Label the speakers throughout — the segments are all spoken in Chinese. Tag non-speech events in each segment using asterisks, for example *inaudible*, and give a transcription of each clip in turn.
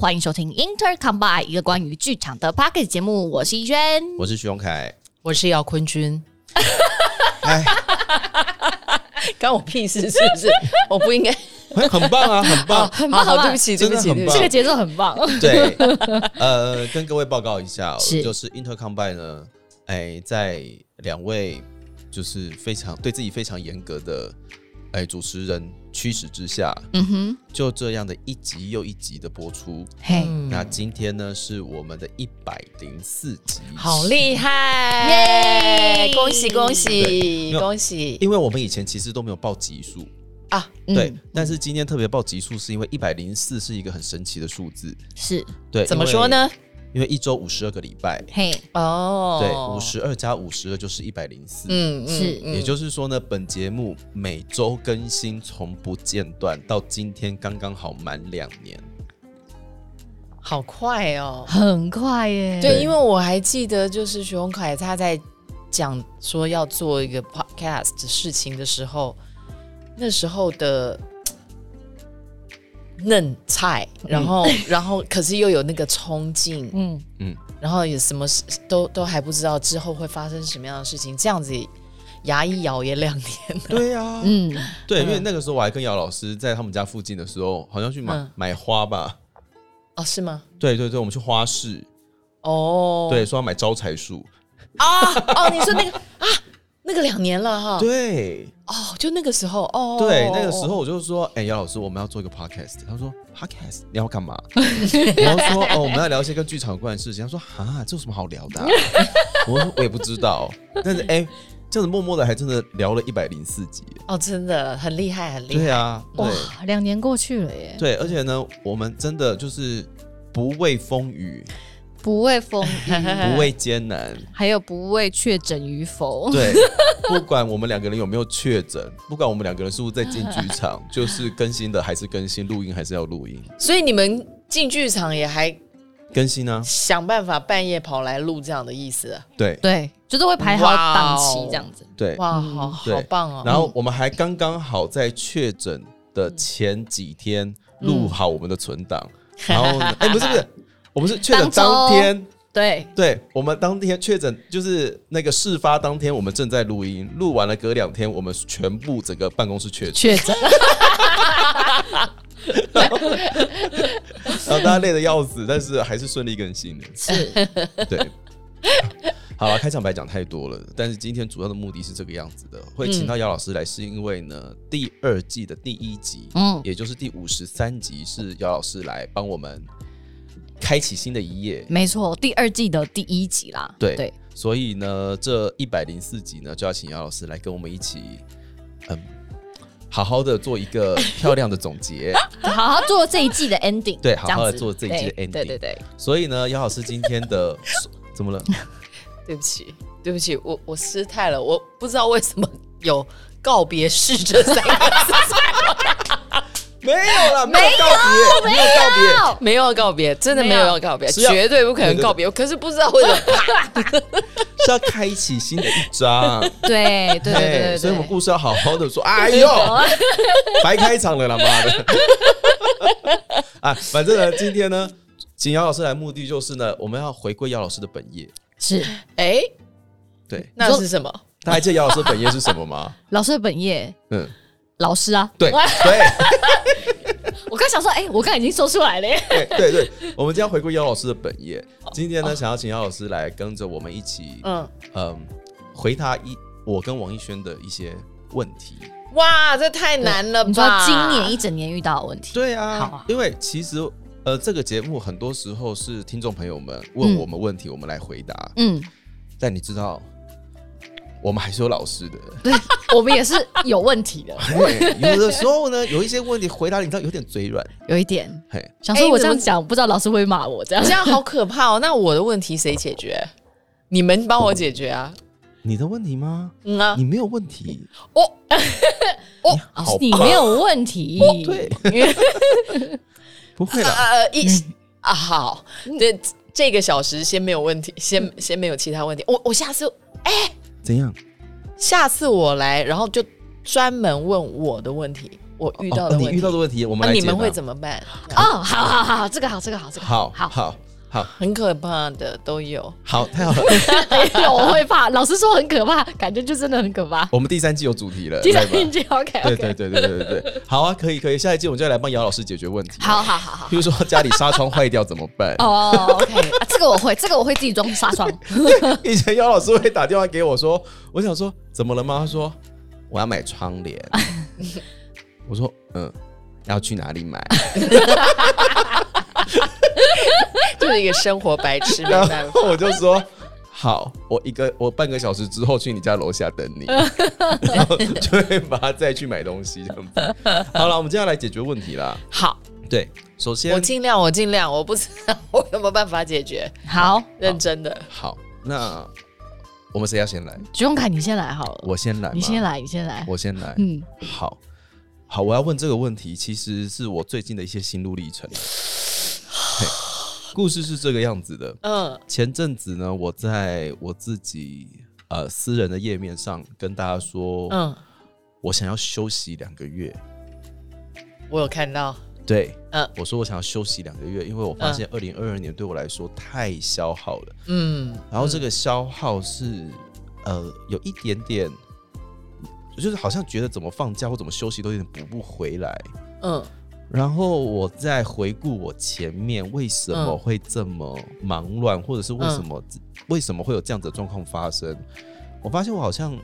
Speaker 1: 欢迎收听 Inter Combine 一个关于剧场的 p o c k e t 节目，我是依轩。
Speaker 2: 我是徐荣凯。
Speaker 3: 我是姚坤君，
Speaker 2: 哎，
Speaker 3: 关我屁事是
Speaker 1: *laughs*
Speaker 3: 不是？我不应该，
Speaker 2: 很很棒啊，很棒。
Speaker 3: 很
Speaker 1: 棒哦很棒
Speaker 3: 好好，对不起，
Speaker 2: 真
Speaker 3: 对不
Speaker 2: 的
Speaker 3: 起，
Speaker 2: 很
Speaker 3: 对不
Speaker 2: 棒
Speaker 3: 起
Speaker 1: 这个节奏很棒，
Speaker 2: 对，呃，跟各位报告一下，哦
Speaker 1: 是
Speaker 2: 就是 Inter Combine 呢，哎，在两位就是非常对自己非常严格的哎主持人驱使之下，
Speaker 1: 嗯哼，
Speaker 2: 就这样的一集又一集的播出。
Speaker 1: 嘿，
Speaker 3: 嗯
Speaker 2: 那今天呢，是我们的一百零四集，
Speaker 3: 好厉害，
Speaker 1: 耶
Speaker 3: 恭喜恭
Speaker 2: 对
Speaker 3: 喜
Speaker 2: 没有
Speaker 3: 恭喜
Speaker 2: 因为我们以前其实都没有报集数，
Speaker 3: 啊！
Speaker 1: 嗯
Speaker 2: 对，但是今天特别报集数，是因为一百零四是一个很神奇的数字，
Speaker 1: 是，
Speaker 2: 对，
Speaker 3: 怎么说？呢？
Speaker 2: 因为一周五十二个礼拜，
Speaker 1: 嘿，
Speaker 3: 哦，
Speaker 2: 对，五，十二加五十二就是一百零四。
Speaker 3: 嗯
Speaker 1: 是
Speaker 2: 也就是说呢，本节目每周更新，从不间断，到今天刚刚好满两年。
Speaker 3: 好快哦。
Speaker 1: 很快耶，
Speaker 3: 对，因为我还记得，就是徐宏凯他在讲说要做一个 podcast 的事情的时候，那时候的嘖嫩菜，然后、然后可是又有那个冲劲，
Speaker 1: 嗯，
Speaker 2: 嗯，
Speaker 3: 然后也什么事都都还不知道之后会发生什么样的事情，这样子牙一咬也两年了。
Speaker 2: 对啊，
Speaker 1: 嗯，
Speaker 2: 对，因为那个时候我还跟姚老师在他们家附近的时候，好像去买、
Speaker 3: 嗯
Speaker 2: 买花吧。
Speaker 3: 哦，是吗？
Speaker 2: 对对对，我们去花市，
Speaker 3: 哦，
Speaker 2: 对，说要买招财树。
Speaker 3: 啊，哦，你说那个啊，那个两年了哈，
Speaker 2: 对
Speaker 3: 哦，就那个时候，哦，
Speaker 2: 对
Speaker 3: 哦，
Speaker 2: 那个时候，我就说，哎、姚老师，我们要做一个 podcast。他说 podcast 你要干嘛？ *laughs* 然后说哦，我们要聊一些跟剧场有关的事情。他说啊，这有什么好聊的啊、 *laughs* 我说我也不知道，但是哎、这样子默默的还真的聊了一百零四集。
Speaker 3: 哦，真的很厉害，很厉害。
Speaker 2: 对啊，对
Speaker 1: 哇，两年过去了耶，
Speaker 2: 对，而且呢，我们真的就是不畏风雨，
Speaker 1: 不畏风雨，
Speaker 2: *laughs* 不畏艰
Speaker 3: *laughs*
Speaker 2: 难。
Speaker 1: 还有不畏确诊与否，
Speaker 2: 对，不管我们两个人有没有确诊，不管我们两个人是不是在进剧场， *laughs* 就是更新的还是更新，录音还是要录音，
Speaker 3: 所以你们进剧场也还
Speaker 2: 更新呢、
Speaker 3: 想办法半夜跑来录这样的意思啊、
Speaker 2: 对
Speaker 1: 对，就是会排好档
Speaker 3: 哇
Speaker 1: 期
Speaker 3: 哦
Speaker 1: 这样子，
Speaker 2: 对。
Speaker 3: 哇，好
Speaker 2: 对
Speaker 3: 好棒哦！
Speaker 2: 然后我们还刚刚好在确诊的前几天录好我们的存档，然后呢哎、不是不是，我们是确诊当天，
Speaker 1: 对，
Speaker 2: 对我们当天确诊就是那个事发当天，我们正在录音，录完了隔两天，我们全部整个办公室确诊，
Speaker 1: 确诊，
Speaker 2: 然后大家累得要死，但是还是顺利更新的，
Speaker 1: 是
Speaker 2: *laughs* 对。好了，开场白讲太多了，但是今天主要的目的是这个样子的，会请到姚老师来，是因为呢，第二季的第一集，
Speaker 1: 嗯
Speaker 2: 也就是第五十三集，是姚老师来帮我们开启新的一页。
Speaker 1: 没错，第二季的第一集啦，
Speaker 2: 对
Speaker 1: 对，
Speaker 2: 所以呢，这一百零四集呢，就要请姚老师来跟我们一起，嗯，好好的做一个漂亮的
Speaker 1: *laughs*
Speaker 2: 总结。
Speaker 1: 好好做这一季的 ending，
Speaker 2: 对好好地
Speaker 1: 这样子
Speaker 2: 做这一季的
Speaker 1: 对
Speaker 2: ending
Speaker 1: 对对对，
Speaker 2: 所以呢，姚老师今天的怎么了？
Speaker 3: 对不起，对不起，我我失态了，我不知道为什么有告别式这三个 *laughs*
Speaker 2: 没有啦，没有告别，没有告别。
Speaker 3: 没有要告别，真的没有要告别，
Speaker 2: 是要
Speaker 3: 绝对不可能告别。可是不知道为什么，
Speaker 2: 是要开启新的一章，
Speaker 1: *laughs*
Speaker 2: 哎
Speaker 1: 对对对对对，
Speaker 2: 所以我们故事要好好的说。 *laughs* 哎呦，白开场了啦，妈的！ *laughs* 啊，反正呢，今天呢，请姚老师来目的就是呢，我们要回归姚老师的本业。
Speaker 1: 是
Speaker 3: 哎，
Speaker 2: 对，
Speaker 3: 那是什么？
Speaker 2: 大家还记得姚老师的本业是什么吗？
Speaker 1: 老师的本业，
Speaker 2: 嗯，
Speaker 1: 老师啊，
Speaker 2: 对
Speaker 1: 我
Speaker 2: 对
Speaker 1: 我刚想说，哎，我刚已经说出来了耶，
Speaker 2: 对对对，我们今天要回归姚老师的本业。今天呢，想要请姚老师来跟着我们一起，
Speaker 3: 嗯，
Speaker 2: 嗯，回答一我跟王艺轩的一些问题。
Speaker 3: 哇，这太难了吧？
Speaker 1: 你说今年一整年遇到的问题，
Speaker 2: 对啊，
Speaker 1: 好啊
Speaker 2: 因为其实呃，这个节目很多时候是听众朋友们问我们问题，我们来回答。
Speaker 1: 嗯，
Speaker 2: 但你知道，我们还是有老师的。
Speaker 1: 对，我们也是有问题
Speaker 2: *laughs*
Speaker 1: 的，
Speaker 2: 嘿有的时候呢，有一些问题回答你知道有点嘴软，
Speaker 1: 有一点
Speaker 2: 嘿，
Speaker 1: 想说我
Speaker 3: 哎
Speaker 1: 这
Speaker 3: 你怎么
Speaker 1: 样讲，不知道老师会骂我这样
Speaker 3: 这。样好可怕哦！那 *laughs* 我的问题谁解决？你们帮我解决啊？
Speaker 2: 你的问题吗？
Speaker 3: 嗯啊
Speaker 2: 你，没有问题，
Speaker 3: 哦，
Speaker 1: 老师
Speaker 2: 好吧哦
Speaker 1: 你没有问题，
Speaker 2: 对，不会啦。
Speaker 3: 呃，一
Speaker 2: 嗯
Speaker 3: 啊好，这这个小时先没有问题，
Speaker 2: 嗯
Speaker 3: 先先没有其他问题。我我下次
Speaker 2: 怎样？
Speaker 3: 下次我来，然后就专门问我的问题。我遇
Speaker 2: 哦
Speaker 3: 到的
Speaker 2: 你
Speaker 3: 问
Speaker 2: 遇
Speaker 3: 题，
Speaker 2: 到的问题，我们
Speaker 3: 那
Speaker 2: 来
Speaker 3: 你
Speaker 2: 解
Speaker 3: 们
Speaker 2: 答
Speaker 3: 会怎么办？
Speaker 1: 哦，好好好好，这个好，这个好，这个
Speaker 2: 好
Speaker 1: 好。
Speaker 2: 好好
Speaker 3: 很可怕的都有。
Speaker 2: 好，太好了，
Speaker 1: *laughs* 没有，我会怕。老师说很可怕，感觉就真的很可怕。
Speaker 2: 我们第三季有主题了，
Speaker 1: 第
Speaker 2: 来
Speaker 1: 三
Speaker 2: 吧
Speaker 1: 季 OK
Speaker 2: 对
Speaker 1: OK，
Speaker 2: 对对对对对对，好啊，可以可以，下一季我们就来帮姚老师解决问题。
Speaker 1: 好好好好。 *laughs*
Speaker 2: 譬如说家里纱窗坏掉怎么办？
Speaker 1: 哦，OK，啊这个我会，这个我会自己装纱窗。
Speaker 2: *laughs* 以前姚老师会打电话给我说，我想说怎么了吗？他说我要买窗帘， *laughs* 我说嗯，要去哪里买？ *laughs*
Speaker 3: 就是一个生活白痴，没办
Speaker 2: 然
Speaker 3: 法。
Speaker 2: 后我就说。好，我一个我半个小时之后去你家楼下等你， *laughs* 然后就会把它再去买东西这样子。
Speaker 1: *laughs*
Speaker 2: 好了，我们接下来解决问题啦。
Speaker 3: 好，
Speaker 2: 对，首先
Speaker 3: 我尽量，我尽量，我不知道我有没有办法解决，
Speaker 1: *laughs* 好，
Speaker 3: 认真的。
Speaker 2: 好，那我们谁要先来？
Speaker 1: 徐永凯，你先来好了，
Speaker 2: 我先来，
Speaker 1: 你先，来，你先来。
Speaker 2: 我先来。
Speaker 1: 嗯，
Speaker 2: 好，好，我要问这个问题，其实是我最近的一些心路历
Speaker 3: *sighs*
Speaker 2: 程。嘿故事是这个样子的，
Speaker 3: 嗯，
Speaker 2: 前阵子呢，我在我自己呃私人的页面上跟大家说，
Speaker 3: 嗯，
Speaker 2: 我想要休息两个月。
Speaker 3: 我有看到，
Speaker 2: 对，
Speaker 3: 嗯
Speaker 2: 我说我想要休息两个月，因为我发现二零二二年对我来说太消耗了。
Speaker 3: 嗯，
Speaker 2: 然后这个消耗是呃有一点点，就是好像觉得怎么放假或怎么休息都有点补不回来。
Speaker 3: 嗯，
Speaker 2: 然后我再回顾我前面为什么会这么忙乱，或者是为什么、为什么会有这样子的状况发生，我发现我好像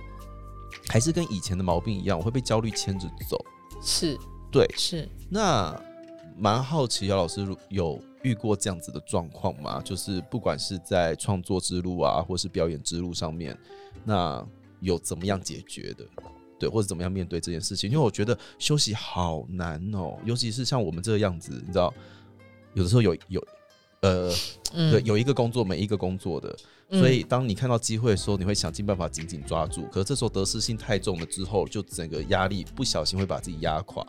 Speaker 2: 还是跟以前的毛病一样，我会被焦虑牵着走。
Speaker 3: 是
Speaker 2: 对，
Speaker 3: 是，
Speaker 2: 那蛮好奇姚老师如有遇过这样子的状况吗？就是不管是在创作之路啊，或是表演之路上面，那有怎么样解决的？对，或者怎么样面对这件事情？因为我觉得休息好难哦，尤其是像我们这个样子，你知道，有的时候有有呃，
Speaker 3: 嗯
Speaker 2: 对，有一个工作没一个工作的，所以当你看到机会的时候，你会想尽办法紧紧抓住。可是这时候得失心太重了之后，就整个压力不小心会把自己压垮，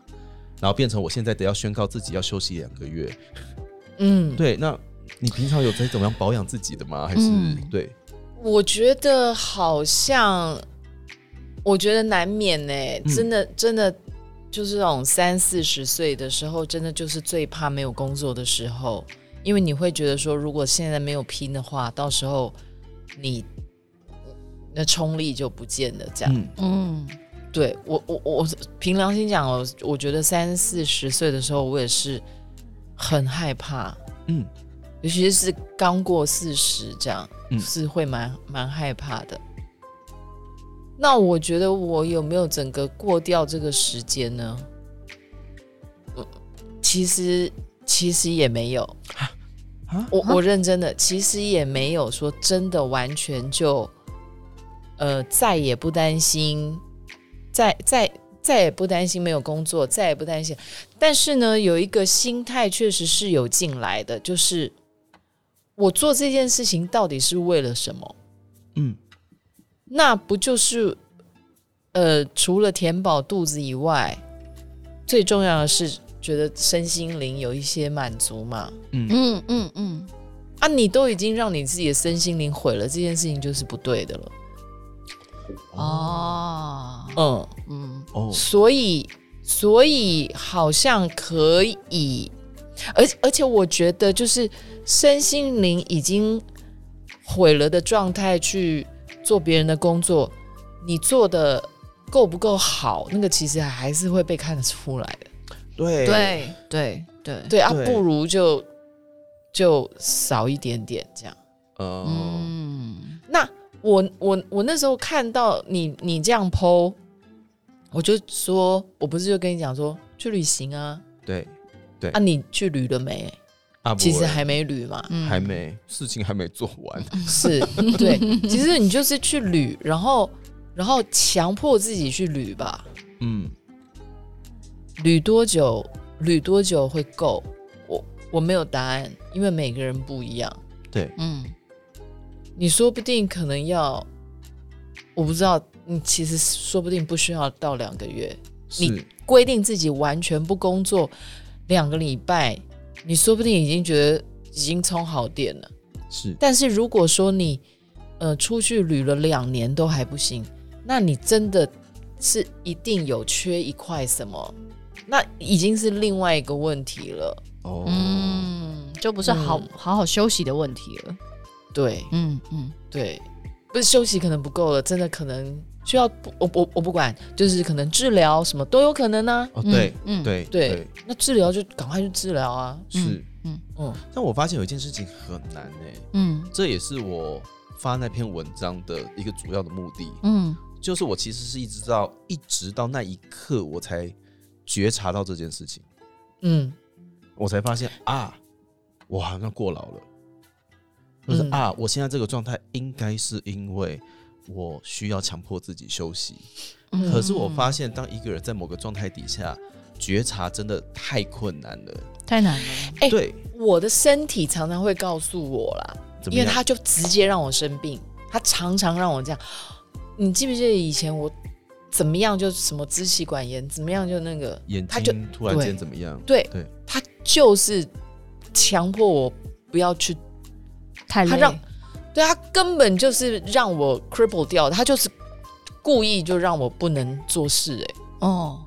Speaker 2: 然后变成我现在得要宣告自己要休息两个月。
Speaker 3: 嗯，
Speaker 2: 对，那你平常有在怎么样保养自己的吗？还是、
Speaker 1: 嗯
Speaker 2: 对
Speaker 3: 我觉得好像，我觉得难免呢、
Speaker 2: 嗯
Speaker 3: 真的真的就是那种三四十岁的时候，真的就是最怕没有工作的时候，因为你会觉得说，如果现在没有拼的话，到时候你呃那冲力就不见了，这样。
Speaker 2: 嗯
Speaker 1: 嗯，
Speaker 3: 对我，我我凭良心讲哦，我觉得三四十岁的时候，我也是很害怕，
Speaker 2: 嗯
Speaker 3: 尤其是刚过四十这样，
Speaker 2: 嗯
Speaker 3: 是会蛮蛮害怕的。那我觉得我有没有整个过掉这个时间呢？嗯，其实其实也没有
Speaker 2: 啊。
Speaker 3: 我我认真的，其实也没有说真的完全就，呃，再也不担心，再再再也不担心没有工作，再也不担心。但是呢，有一个心态确实是有进来的，就是我做这件事情到底是为了什么？
Speaker 2: 嗯
Speaker 3: 那不就是呃，除了填饱肚子以外，最重要的是觉得身心灵有一些满足嘛？
Speaker 1: 嗯嗯嗯，
Speaker 3: 啊，你都已经让你自己的身心灵毁了，这件事情就是不对的了。
Speaker 1: 哦，
Speaker 3: 嗯，
Speaker 1: 嗯
Speaker 2: 哦
Speaker 3: 所以所以好像可以，而而且我觉得就是身心灵已经毁了的状态去做别人的工作，你做的够不够好，那个其实还是会被看得出来的。
Speaker 2: 对
Speaker 1: 对对对，
Speaker 3: 对啊，
Speaker 2: 对
Speaker 3: 不如就就少一点点这样。
Speaker 2: 呃
Speaker 1: 嗯
Speaker 3: 那我我我那时候看到你你这样剖，我就说，我不是就跟你讲说去旅行啊
Speaker 2: 对
Speaker 3: 啊，你去旅了没？
Speaker 2: 阿伯
Speaker 3: 其实还嗯没旅嘛，
Speaker 1: 嗯
Speaker 2: 还没事情还没做完，
Speaker 3: 是对，其实你就是去旅，然后然后强迫自己去旅吧，
Speaker 2: 嗯
Speaker 3: 旅多久旅多久会够？我我没有答案，因为每个人不一样，
Speaker 2: 对
Speaker 1: 嗯
Speaker 3: 你说不定可能要，我不知道，你其实说不定不需要到两个月，你
Speaker 2: 是
Speaker 3: 规定自己完全不工作两个礼拜，你说不定已经觉得已经充好电了。
Speaker 2: 是
Speaker 3: 但是如果说你呃出去旅了两年都还不行，那你真的是一定有缺一块什么那已经是另外一个问题了。
Speaker 2: 哦，
Speaker 1: 嗯，就不是好、
Speaker 3: 嗯
Speaker 1: 好好休息的问题了。
Speaker 3: 对
Speaker 1: 嗯嗯，
Speaker 3: 对，不是休息可能不够了，真的可能需要我我我不管，就是可能治疗什么都有可能呢、
Speaker 2: 哦，对，
Speaker 1: 嗯嗯
Speaker 2: 对，
Speaker 3: 对，那治疗就赶快去治疗啊。
Speaker 2: 是。
Speaker 1: 嗯
Speaker 3: 嗯，
Speaker 2: 但我发现有一件事情很难欸诶、
Speaker 1: 嗯
Speaker 2: 这也是我发那篇文章的一个主要的目的，
Speaker 1: 嗯
Speaker 2: 就是我其实是一直到一直到那一刻我才觉察到这件事情，
Speaker 3: 嗯，
Speaker 2: 我才发现啊，我好像过劳了，就是、
Speaker 3: 嗯
Speaker 2: 啊，我现在这个状态应该是因为我需要强迫自己休息，
Speaker 1: 嗯
Speaker 2: 可是我发现当一个人在某个状态底下。觉察真的太困难了，
Speaker 1: 太难了。
Speaker 3: 哎
Speaker 2: 对，
Speaker 3: 我的身体常常会告诉我啦，
Speaker 2: 怎么
Speaker 3: 因为
Speaker 2: 样？
Speaker 3: 他就直接让我生病，他常常让我这样。你记不记得以前我怎么样就什么支气管炎，怎么样就那个，
Speaker 2: 眼
Speaker 3: 他就
Speaker 2: 睛突然
Speaker 3: 对
Speaker 2: 间怎么样？
Speaker 3: 对
Speaker 2: 对，
Speaker 3: 他就是强迫我不要去，
Speaker 1: 太
Speaker 3: 他
Speaker 1: 累，
Speaker 3: 让对他根本就是让我 cripple 掉，他就是故意就让我不能做事、哎，
Speaker 1: 哦，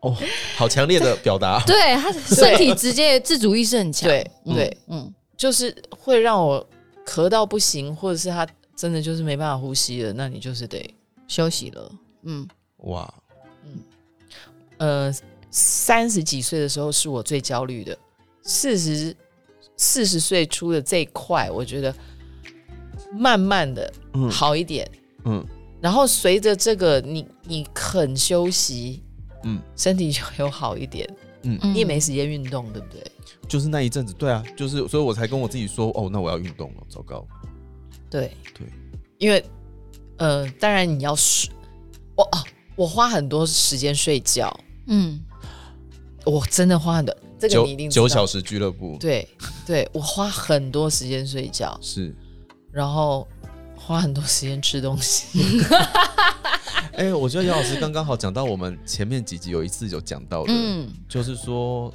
Speaker 2: 哦，好强烈的表达。
Speaker 1: 对他身体直接自主意识很强，
Speaker 3: 对
Speaker 1: 嗯
Speaker 3: 对，
Speaker 1: 嗯
Speaker 3: 就是会让我咳到不行，或者是他真的就是没办法呼吸了，那你就是得
Speaker 1: 休息了，嗯
Speaker 2: 哇，
Speaker 3: 呃，三十几岁的时候是我最焦虑的，四十四十岁出的这一块，我觉得慢慢的
Speaker 2: 嗯
Speaker 3: 好一点，
Speaker 2: 嗯
Speaker 3: 然后随着这个你你肯休息，
Speaker 2: 嗯，
Speaker 3: 身体就有好一点，
Speaker 1: 嗯
Speaker 3: 你也没时间运动，对不对？
Speaker 2: 就是那一阵子，对啊，就是，所以我才跟我自己说，哦，那我要运动了，糟糕，
Speaker 3: 对
Speaker 2: 对，
Speaker 3: 因为呃，当然你要睡，我哦，我花很多时间睡觉，
Speaker 1: 嗯
Speaker 3: 我真的花很多，这个
Speaker 2: 九
Speaker 3: 你一定知道
Speaker 2: 九小时俱乐部，
Speaker 3: 对对，我花很多时间睡觉，
Speaker 2: 是，
Speaker 3: 然后花很多时间吃东
Speaker 2: *laughs*
Speaker 3: 西。
Speaker 2: 嗯哎、我觉得姚老师刚刚好讲到我们前面几集有一次有讲到的，
Speaker 1: 嗯
Speaker 2: 就是说。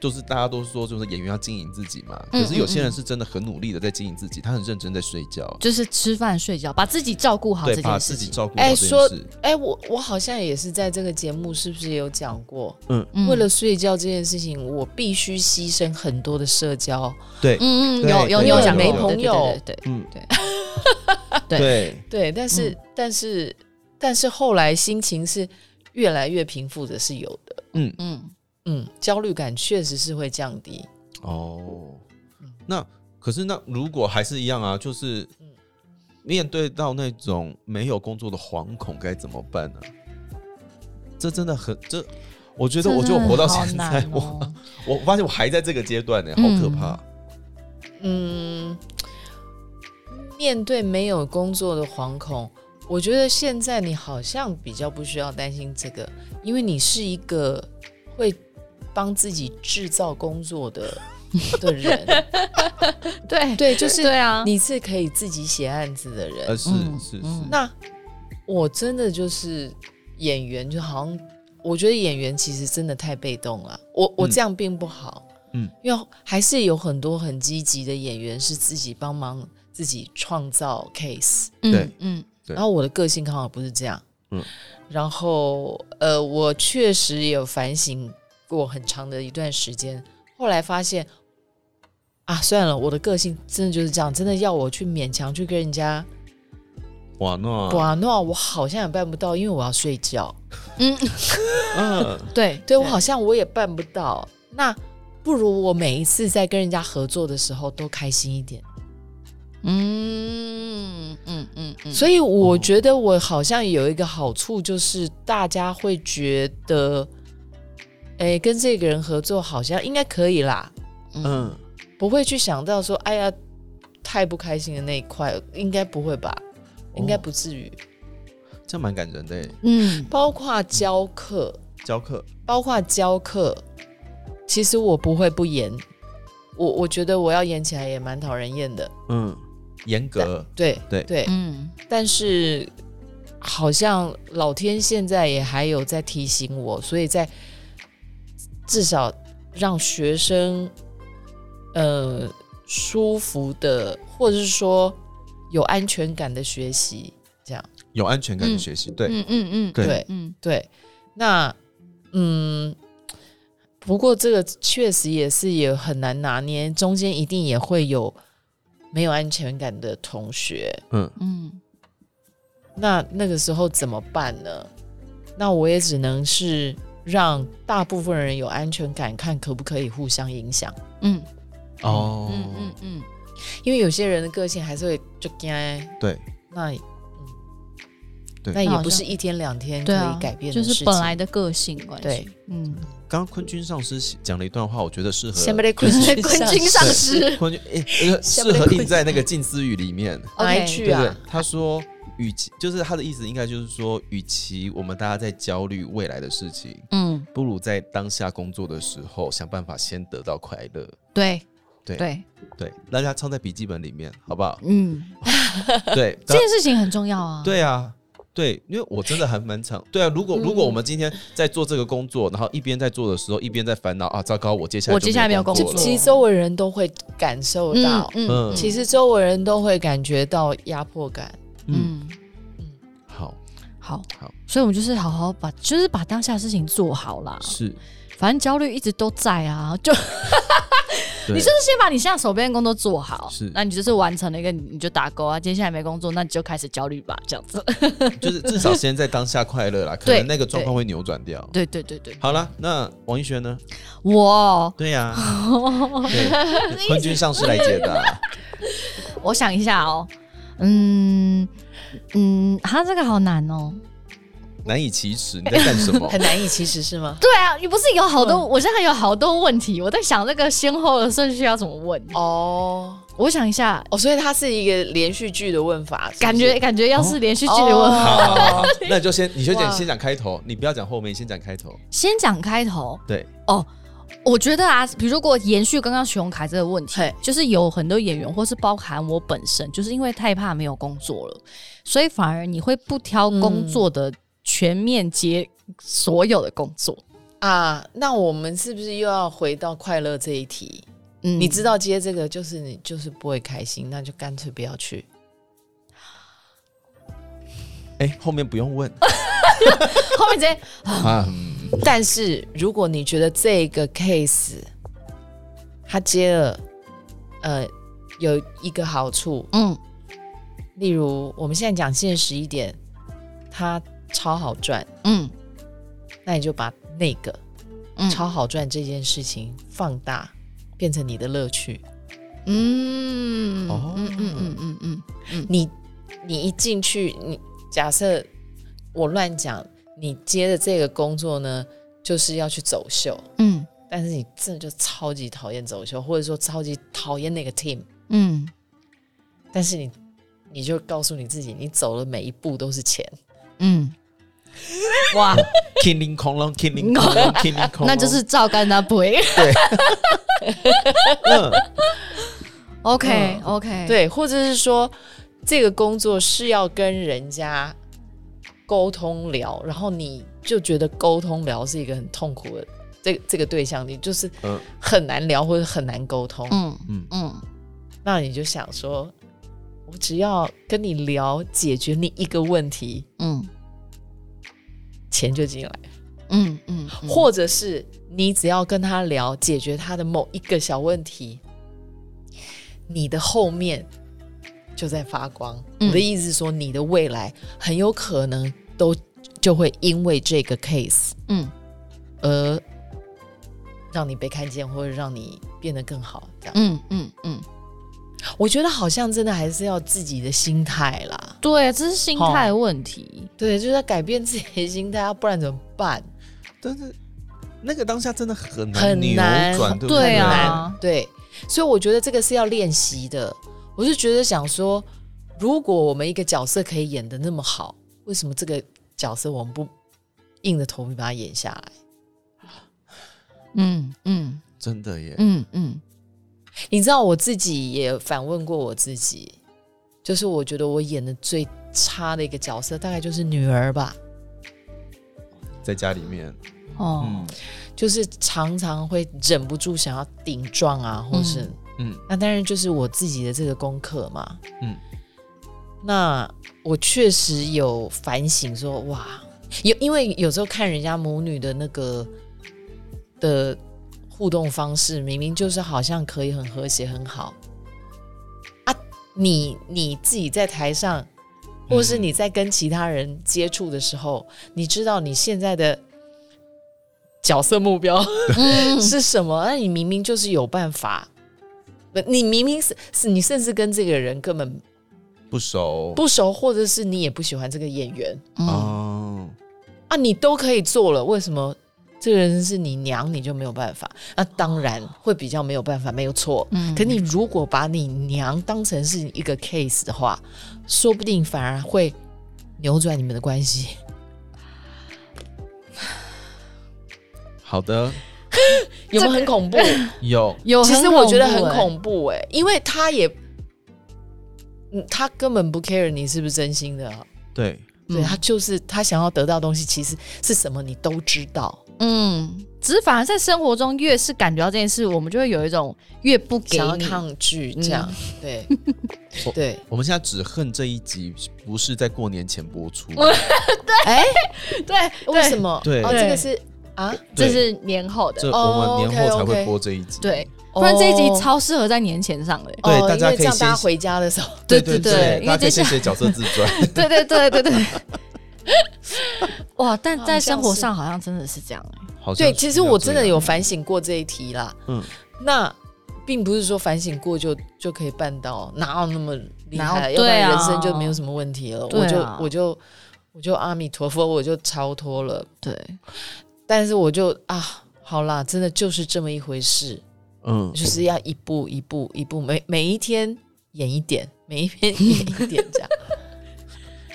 Speaker 2: 就是大家都说，就是演员要经营自己嘛。
Speaker 1: 嗯
Speaker 2: 可是有些人是真的很努力的在经营自己，他很认真在睡觉，
Speaker 1: 就是吃饭睡觉，把自己照顾好
Speaker 2: 对，
Speaker 1: 这件
Speaker 2: 把自
Speaker 1: 事
Speaker 2: 己
Speaker 1: 情。
Speaker 2: 照顾好
Speaker 3: 哎
Speaker 2: 这件
Speaker 3: 说
Speaker 2: 事。
Speaker 3: 哎、我我好像也是在这个节目，是不是也有讲过？
Speaker 1: 嗯
Speaker 3: 为了睡觉这件事情，我必须牺牲很多的社交。
Speaker 2: 对，
Speaker 1: 嗯嗯
Speaker 2: 对
Speaker 1: 有有
Speaker 2: 对
Speaker 1: 有
Speaker 2: 对
Speaker 1: 讲过
Speaker 2: 没
Speaker 3: 朋友
Speaker 1: 对对对对
Speaker 2: 嗯， *laughs*
Speaker 1: 对
Speaker 2: 对，
Speaker 3: 对，但是、但是但是后来心情是越来越平复的，是有的。
Speaker 2: 嗯，
Speaker 1: 嗯
Speaker 3: 嗯，焦虑感确实是会降低。
Speaker 2: 哦，
Speaker 1: 嗯
Speaker 2: 那可是那如果还是一样啊，就是面对到那种没有工作的惶恐该怎么办呢、这真的很这，我觉得我觉得我活到现在，
Speaker 1: 哦
Speaker 2: 我我发现我还在这个阶段呢、好可怕。
Speaker 3: 嗯，面对没有工作的惶恐，我觉得现在你好像比较不需要担心这个，因为你是一个会帮自己制造工作的的人。
Speaker 1: 对
Speaker 3: 对，就是
Speaker 1: 对啊，
Speaker 3: 你是可以自己写案子的人。
Speaker 2: 呃，是
Speaker 1: 嗯
Speaker 2: 是是，
Speaker 1: 嗯
Speaker 3: 那我真的就是演员，就好像我觉得演员其实真的太被动了。我我
Speaker 2: 嗯
Speaker 3: 这样并不好，
Speaker 2: 嗯，
Speaker 3: 因为还是有很多很积极的演员是自己帮忙自己创造 case，
Speaker 1: 嗯
Speaker 2: 对
Speaker 1: 嗯
Speaker 2: 对
Speaker 3: 然后我的个性刚好不是这样，
Speaker 2: 嗯，
Speaker 3: 然后呃，我确实也有反省过很长的一段时间，后来发现。啊，算了，我的个性真的就是这样，真的要我去勉强去跟人家
Speaker 2: 哇那
Speaker 3: 哇，那我好像也办不到，因为我要睡觉。
Speaker 1: 嗯，
Speaker 2: 嗯，
Speaker 1: 对
Speaker 3: 对我好像我也办不到。那不如我每一次在跟人家合作的时候都开心一点。
Speaker 1: 嗯嗯嗯嗯，
Speaker 3: 所以我觉得我好像有一个好处，就是大家会觉得，哎，跟这个人合作好像应该可以啦，
Speaker 2: 嗯，
Speaker 3: 不会去想到说，哎呀，太不开心的那一块，应该不会吧？应该
Speaker 2: 哦
Speaker 3: 不至于。
Speaker 2: 这样蛮感人的欸。
Speaker 1: 嗯
Speaker 3: 包括教课，
Speaker 2: 教课
Speaker 3: 包括教课，其实我不会不严，我我觉得我要严起来也蛮讨人厌的，
Speaker 2: 嗯，严格
Speaker 3: 对
Speaker 2: 对
Speaker 3: 对，
Speaker 1: 嗯
Speaker 3: 但是好像老天现在也还有在提醒我，所以在至少让学生呃舒服的，或者是说有安全感的学习，这样
Speaker 2: 有安全感的
Speaker 1: 嗯
Speaker 2: 学习，对
Speaker 1: 嗯嗯嗯
Speaker 2: 对
Speaker 3: 对
Speaker 1: 嗯
Speaker 3: 对。那嗯，不过这个确实也是也很难拿捏，中间一定也会有没有安全感的同学。
Speaker 2: 嗯，
Speaker 1: 嗯，
Speaker 3: 那那个时候怎么办呢？那我也只能是让大部分人有安全感，看可不可以互相影响。
Speaker 1: 嗯
Speaker 2: 哦，
Speaker 1: 嗯嗯嗯，
Speaker 3: 因为有些人的个性还是会就该
Speaker 2: 对，
Speaker 3: 那，嗯，
Speaker 2: 对
Speaker 3: 那
Speaker 1: 那
Speaker 3: 也
Speaker 1: 好
Speaker 3: 不
Speaker 1: 像
Speaker 3: 是一天两天可
Speaker 1: 对啊
Speaker 3: 以改变
Speaker 1: 就
Speaker 3: 的事
Speaker 1: 是
Speaker 3: 情。
Speaker 1: 本来的个性关系。
Speaker 3: 对，
Speaker 1: 嗯，
Speaker 2: 刚刚坤君上师讲了一段话，我觉得适合
Speaker 3: 先被 *laughs* 昆
Speaker 1: 对，坤君 *laughs* 上师
Speaker 2: 坤君，诶
Speaker 1: *laughs*
Speaker 2: 呃
Speaker 3: 下
Speaker 2: 适
Speaker 3: 不了
Speaker 2: 合
Speaker 3: 困
Speaker 2: 印在那个近思语里面。
Speaker 3: 哪一
Speaker 1: OK
Speaker 3: 句
Speaker 2: 对
Speaker 3: 啊？
Speaker 2: 对，他说，与其就是他的意思，应该就是说，与其我们大家在焦虑未来的事情，
Speaker 1: 嗯，
Speaker 2: 不如在当下工作的时候想办法先得到快乐。
Speaker 1: 对
Speaker 2: 对
Speaker 1: 对，？
Speaker 2: 对，大家抄在笔记本里面，好不好
Speaker 1: 嗯，
Speaker 2: 对，
Speaker 1: 这件事情很重要啊。，
Speaker 2: 对啊，对，因为我真的还蛮常对啊。如果如果我们今天
Speaker 1: 嗯
Speaker 2: 在做这个工作，然后一边在做的时候，一边在烦恼啊，糟糕，我接下来
Speaker 1: 我
Speaker 2: 就
Speaker 1: 接下来没有
Speaker 2: 工
Speaker 1: 工
Speaker 2: 了
Speaker 1: 作
Speaker 3: 其实周围人都会感受
Speaker 1: 嗯
Speaker 3: 到，
Speaker 1: 嗯
Speaker 2: 嗯
Speaker 3: 其实周围人都会感觉到压迫感。
Speaker 2: 嗯，
Speaker 1: 嗯。
Speaker 2: 好，
Speaker 1: 好，
Speaker 2: 好
Speaker 1: 所以我们就是好好把，就是把当下的事情做好啦。
Speaker 2: 是，
Speaker 1: 反正焦虑一直都在啊，就
Speaker 2: 对
Speaker 1: 你就是先把你现在手边的工作做好，
Speaker 2: 是
Speaker 1: 那你就是完成了一个，你就打勾啊。接下来没工作，那你就开始焦虑吧，这样子。 *laughs*
Speaker 2: 就是至少先在当下快乐啦，可
Speaker 1: 对
Speaker 2: 能那个状况会扭转掉。
Speaker 1: 对对对对，
Speaker 2: 好了，那王一璇呢？
Speaker 1: 我 *laughs*
Speaker 2: 对呀、对，坤君上师来解答。
Speaker 1: *laughs* 我想一下哦，嗯嗯，他这个好难哦。
Speaker 2: 难以启齿，你在干
Speaker 1: *laughs*
Speaker 2: 什
Speaker 1: 嗯
Speaker 2: 么？
Speaker 3: 很难以其实是吗？
Speaker 1: 对啊，你不是有好多，我现在有好多问题，我在想这个先后的顺序要怎么问。
Speaker 3: 哦
Speaker 1: 我想一下，
Speaker 3: 哦，所以它是一个连续剧的问法，是不是
Speaker 1: 感觉感觉要是连续剧的问
Speaker 3: 哦
Speaker 2: 好好好，那你就先，你就
Speaker 3: 哇
Speaker 2: 讲先讲开头，你不要讲后面，你先讲开头。
Speaker 1: 先讲开头，
Speaker 2: 对，
Speaker 1: 我觉得啊，比如如果延续刚刚徐荣凯这个问题
Speaker 3: 嘿，
Speaker 1: 就是有很多演员或是包含我本身，就是因为太怕没有工作了，所以反而你会不挑工作的全面接所有的工作。
Speaker 3: *laughs* 啊。那我们是不是又要回到快乐这一题？
Speaker 1: 嗯
Speaker 3: 你知道接这个就是你就是不会开心，那就干脆不要去。
Speaker 2: 哎、后面不用问
Speaker 1: *laughs* 后面直接
Speaker 2: 啊。嗯
Speaker 3: 但是如果你觉得这个 case 他接了，呃，有一个好处，
Speaker 1: 嗯
Speaker 3: 例如我们现在讲现实一点，它超好赚，
Speaker 1: 嗯
Speaker 3: 那你就把那个
Speaker 1: 嗯
Speaker 3: 超好赚这件事情放大，变成你的乐趣。
Speaker 1: 嗯
Speaker 2: 哦
Speaker 1: 嗯嗯嗯嗯嗯
Speaker 3: 你你一进去，你假设我乱讲，你接的这个工作呢，就是要去走秀，
Speaker 1: 嗯
Speaker 3: 但是你真的就超级讨厌走秀，或者说超级讨厌那个 team，
Speaker 1: 嗯，
Speaker 3: 但是你你就告诉你自己，你走的每一步都是钱。
Speaker 1: 嗯，
Speaker 2: *laughs*
Speaker 1: 哇，
Speaker 2: 哦，killing 恐龙，killing 恐龙，killing 恐
Speaker 1: *laughs*
Speaker 2: 龙，
Speaker 1: 那就是照干那杯。 *laughs*
Speaker 2: 嗯
Speaker 1: OK
Speaker 3: 嗯
Speaker 1: OK，，
Speaker 3: 对，或者是说这个工作是要跟人家沟通聊，然后你就觉得沟通聊是一个很痛苦的这这个对象，你就是
Speaker 2: 嗯
Speaker 3: 很难聊或者很难沟通。
Speaker 1: 嗯
Speaker 2: 嗯
Speaker 1: 嗯
Speaker 3: 那你就想说，我只要跟你聊解决你一个问题，
Speaker 1: 嗯
Speaker 3: 钱就进来，
Speaker 1: 嗯嗯，嗯
Speaker 3: 或者是你只要跟他聊解决他的某一个小问题，你的后面就在发光。
Speaker 1: 嗯
Speaker 3: 我的意思是说，你的未来很有可能都就会因为这个 case
Speaker 1: 嗯
Speaker 3: 而让你被看见，或者让你变得更好。这样，
Speaker 1: 嗯嗯嗯，
Speaker 3: 我觉得好像真的还是要自己的心态啦。
Speaker 1: 对，这是心
Speaker 3: 好
Speaker 1: 态问题。
Speaker 3: 对，就是要改变自己的心态，啊要不然怎么办？
Speaker 2: 但是那个当下真的很
Speaker 3: 很
Speaker 2: 扭
Speaker 3: 难
Speaker 2: 转，对不
Speaker 1: 对
Speaker 3: 很
Speaker 1: 啊
Speaker 3: 难，对，所以我觉得这个是要练习的。我是觉得想说，如果我们一个角色可以演的那么好，为什么这个角色我们不硬着头皮把它演下来？
Speaker 1: 嗯嗯
Speaker 2: 真的耶。
Speaker 1: 嗯嗯
Speaker 3: 你知道我自己也反问过我自己，就是我觉得我演的最差的一个角色，大概就是女儿吧，
Speaker 2: 在家里面，
Speaker 1: 哦
Speaker 2: 嗯
Speaker 3: 就是常常会忍不住想要顶撞啊，或是、
Speaker 2: 嗯
Speaker 3: 那当然就是我自己的这个功课嘛。
Speaker 2: 嗯，
Speaker 3: 那我确实有反省说，哇，有因为有时候看人家母女的那个的互动方式，明明就是好像可以很和谐很好啊，你你自己在台上，或是你在跟其他人接触的时候，你知道你现在的角色目标
Speaker 1: 嗯，
Speaker 3: *laughs* 是什么？那你明明就是有办法。不你明明是是你，甚至跟这个人根本
Speaker 2: 不熟
Speaker 3: 不熟，或者是你也不喜欢这个演员，
Speaker 1: 嗯
Speaker 2: 哦，
Speaker 3: 啊，你都可以做了，为什么这个人是你娘，你就没有办法？那当然会比较没有办法，没有错。
Speaker 1: 嗯
Speaker 3: 可你如果把你娘当成是一个 case 的话，说不定反而会扭转你们的关系。
Speaker 2: 好的，
Speaker 3: 有没有很恐怖？
Speaker 2: 有
Speaker 1: 有，
Speaker 3: *laughs* 其实我觉得很
Speaker 1: 怖欸
Speaker 3: 恐怖哎、因为他也，嗯，他根本不 care 你是不是真心的啊，
Speaker 2: 对，
Speaker 1: 欸，
Speaker 3: 对
Speaker 1: 嗯
Speaker 3: 他就是他想要得到的东西，其实是什么你都知道。
Speaker 1: 嗯，只是反而在生活中越是感觉到这件事，我们就会有一种越不给
Speaker 3: 想要
Speaker 1: 你。嗯
Speaker 3: 抗拒这样，对
Speaker 2: 我
Speaker 3: 对，
Speaker 2: 我们现在只恨这一集不是在过年前播出，
Speaker 3: 哎、
Speaker 1: *laughs* 对，
Speaker 3: 为什？么？
Speaker 2: 对
Speaker 3: 哦，
Speaker 1: 对
Speaker 3: 这个是啊，
Speaker 1: 这
Speaker 2: 对
Speaker 1: 是年后的，
Speaker 2: 这
Speaker 3: 哦
Speaker 2: 我们年后才
Speaker 3: OK，OK
Speaker 2: 会播这一集。
Speaker 1: 对，不然这一集
Speaker 3: 哦
Speaker 1: 超适合在年前上的。欸
Speaker 2: 对
Speaker 3: 哦
Speaker 2: 大家
Speaker 3: 因为这
Speaker 2: 可以
Speaker 3: 样大家
Speaker 2: 先
Speaker 3: 回家的时候，
Speaker 1: 对
Speaker 2: 对
Speaker 1: 对对因为
Speaker 2: 大家可
Speaker 1: 这
Speaker 2: 以
Speaker 1: 下
Speaker 2: 先写角色自传。
Speaker 1: *laughs* *laughs* 对对对对对。哇，但
Speaker 3: 好
Speaker 1: 在
Speaker 3: 像
Speaker 1: 生活
Speaker 3: 是
Speaker 1: 上好像真的是这样欸
Speaker 2: 好像
Speaker 3: 对，其实我真的
Speaker 2: 是
Speaker 3: 有反省过这一题啦。
Speaker 2: 嗯，
Speaker 3: 那并不是说反省过就就可以办到，哪有那么厉
Speaker 1: 哪
Speaker 3: 害？
Speaker 1: 有
Speaker 3: 要不然
Speaker 1: 对啊
Speaker 3: 人生就没有什么问题了。
Speaker 1: 对
Speaker 3: 我就
Speaker 1: 啊
Speaker 3: 我就我就阿弥陀佛，我就超脱了。
Speaker 1: 对，
Speaker 3: 但是我就啊，好啦，真的就是这么一回事。
Speaker 2: 这样嗯，
Speaker 3: 就是要一步一步一步，每每一天演一点，每一天演一点这样。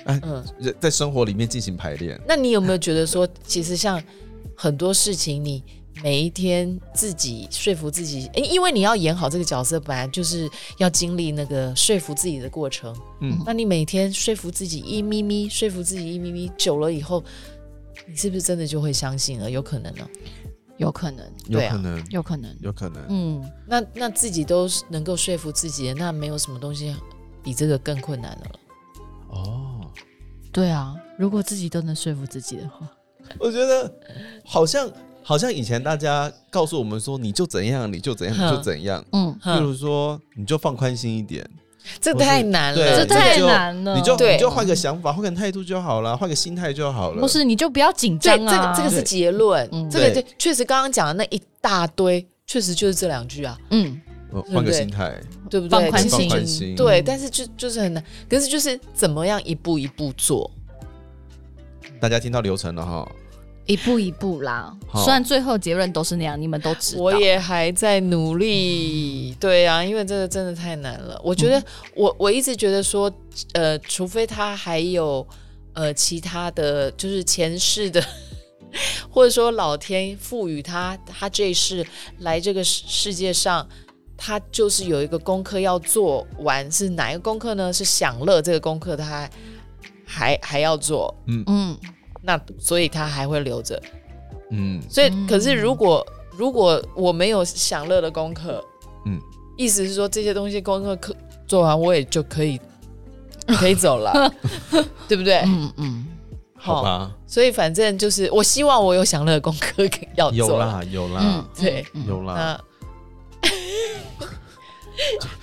Speaker 2: 哎
Speaker 3: 嗯，
Speaker 2: 人在生活里面进行排练，
Speaker 3: 那你有没有觉得说，其实像很多事情，你每一天自己说服自己，诶因为你要演好这个角色，本来就是要经历那个说服自己的过程。
Speaker 2: 嗯
Speaker 3: 嗯，那你每天说服自己一咪咪，说服自己一咪咪，久了以后，你是不是真的就会相信了？有可能呢、
Speaker 1: 有可能，
Speaker 2: 有
Speaker 3: 对啊
Speaker 2: 可能，
Speaker 1: 有可能，
Speaker 2: 有可能。
Speaker 1: 嗯，
Speaker 3: 那那自己都是能够说服自己的，那没有什么东西比这个更困难的了。
Speaker 2: 哦，
Speaker 1: 对啊，如果自己都能说服自己的话，
Speaker 2: 我觉得好像好像以前大家告诉我们说，你就怎样，你就怎样，
Speaker 3: 哼
Speaker 2: 你就怎样。
Speaker 1: 嗯，
Speaker 2: 例如说，你就放宽心一点，
Speaker 3: 这太难
Speaker 1: 这
Speaker 2: 对
Speaker 3: 了，
Speaker 2: 你就
Speaker 1: 太难了，
Speaker 2: 你就
Speaker 3: 对
Speaker 2: 你就换个想法，换个态度就好了，换个心态就好了。
Speaker 1: 不是你就不要紧
Speaker 3: 这
Speaker 1: 张
Speaker 3: 这
Speaker 1: 啊
Speaker 3: 个，这个是结论
Speaker 1: 嗯，
Speaker 3: 这个
Speaker 2: 对
Speaker 3: 对，确实刚刚讲的那一大堆，确实就是这两句啊，
Speaker 1: 嗯，
Speaker 2: 呃，换个
Speaker 3: 对
Speaker 2: 心态，
Speaker 3: 对不对？
Speaker 1: 放宽
Speaker 3: 其实
Speaker 2: 放
Speaker 1: 心
Speaker 2: 宽心。
Speaker 3: 对，但是就就是很难，可是就是怎么样一步一步做，
Speaker 2: 大家听到流程了哈。
Speaker 1: 一步一步啦。
Speaker 2: 好
Speaker 1: 虽然最后结论都是那样，你们都知道。嗯
Speaker 3: 我也还在努力。对啊，因为这个真的太难了。我觉得我我一直觉得说，呃，除非他还有呃其他的就是前世的。 *laughs* 或者说老天赋予他，他这一世来这个世世界上，他就是有一个功课要做完，是哪一个功课呢？是享乐这个功课，他还还还要做，
Speaker 1: 嗯，
Speaker 3: 那所以他还会留着。
Speaker 2: 嗯，
Speaker 3: 所以，可是如果、如果我没有享乐的功课，
Speaker 2: 嗯
Speaker 3: 嗯，意思是说这些东西功课可做完，我也就
Speaker 1: *laughs*
Speaker 3: 可以可以走了，对不对？
Speaker 1: 嗯嗯，
Speaker 2: 好吧，
Speaker 3: 所以反正就是，我希望我有享乐的功课可以要
Speaker 2: 有
Speaker 3: 做。
Speaker 2: 啦，有啦
Speaker 1: 嗯，，
Speaker 3: 对，
Speaker 1: 嗯
Speaker 2: 有啦。
Speaker 3: 那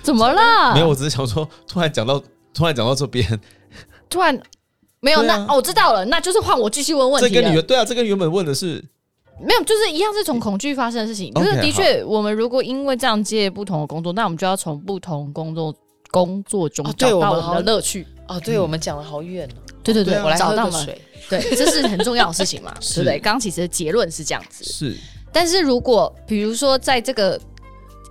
Speaker 1: 怎么啦？
Speaker 2: 没有，我，只是想说，突然讲到，突然讲到这边，
Speaker 1: 突然没有。
Speaker 3: 对啊
Speaker 1: 那哦，我知道了，那就是换我继续问问
Speaker 2: 这
Speaker 1: 题
Speaker 2: 跟你
Speaker 1: 了
Speaker 2: 原。对啊，这跟原本问的是
Speaker 1: 没有，就是一样是从恐惧发生的事情。就
Speaker 2: OK，
Speaker 1: 是的确，我们如果因为这样接不同的工作，那我们就要从不同工作工作中
Speaker 3: 哦对
Speaker 1: 找到
Speaker 3: 我
Speaker 1: 我
Speaker 3: 们好
Speaker 1: 们的乐趣。
Speaker 3: 哦，
Speaker 2: 嗯
Speaker 3: 对我们讲了好远哦，
Speaker 1: 对对
Speaker 2: 对啊
Speaker 3: 我来
Speaker 1: 嗯找
Speaker 3: 喝
Speaker 1: 到
Speaker 3: 个
Speaker 1: 了。
Speaker 3: 水。
Speaker 1: 对，这是很重要的事
Speaker 2: *laughs*
Speaker 1: 情嘛，
Speaker 2: 是
Speaker 1: 对不对？刚刚其实的结论是这样子，
Speaker 2: 是
Speaker 1: 但是如果比如说在这个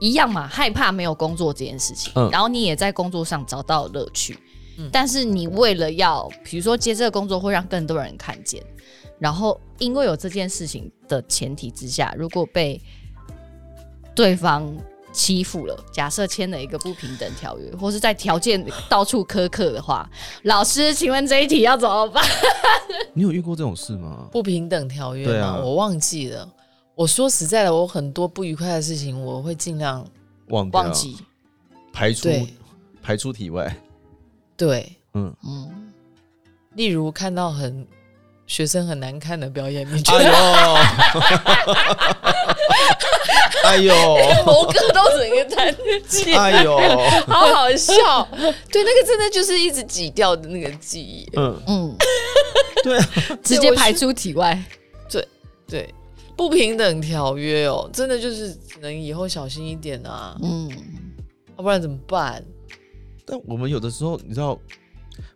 Speaker 1: 一样嘛，害怕没有工作这件事情，
Speaker 2: 嗯
Speaker 1: 然后你也在工作上找到乐趣，
Speaker 3: 嗯
Speaker 1: 但是你为了要比如说接这个工作会让更多人看见，然后因为有这件事情的前提之下，如果被对方。欺负了，假设签了一个不平等条约，或是在条件到处苛刻的话，老师，请问这一题要怎么办？
Speaker 2: 你有遇过这种事吗？
Speaker 3: 不平等条约
Speaker 2: 对
Speaker 3: 嘛，
Speaker 2: 啊
Speaker 3: 我忘记了。我说实在的，我很多不愉快的事情，我会尽量
Speaker 2: 忘掉
Speaker 1: 忘记，
Speaker 2: 排出
Speaker 3: 对
Speaker 2: 排出体外，
Speaker 3: 对，
Speaker 2: 嗯，
Speaker 1: 嗯，
Speaker 3: 例如看到很学生很难看的表演，你觉
Speaker 2: 哎
Speaker 3: 得？
Speaker 2: 呦，哎呦，
Speaker 3: 猴哥都整个弹起来，
Speaker 2: 哎呦，
Speaker 3: 好好笑。 *laughs* 对，那个真的就是一直挤掉的那个记忆。
Speaker 2: 嗯，
Speaker 1: 嗯，
Speaker 2: 对啊，
Speaker 1: 直接排出体
Speaker 3: *laughs*
Speaker 1: 外。 *laughs*
Speaker 3: 对，不平等条约哦，真的就是只能以后小心一点啊，
Speaker 1: 嗯，
Speaker 3: 要不然怎么办？
Speaker 2: 但我们有的时候，你知道，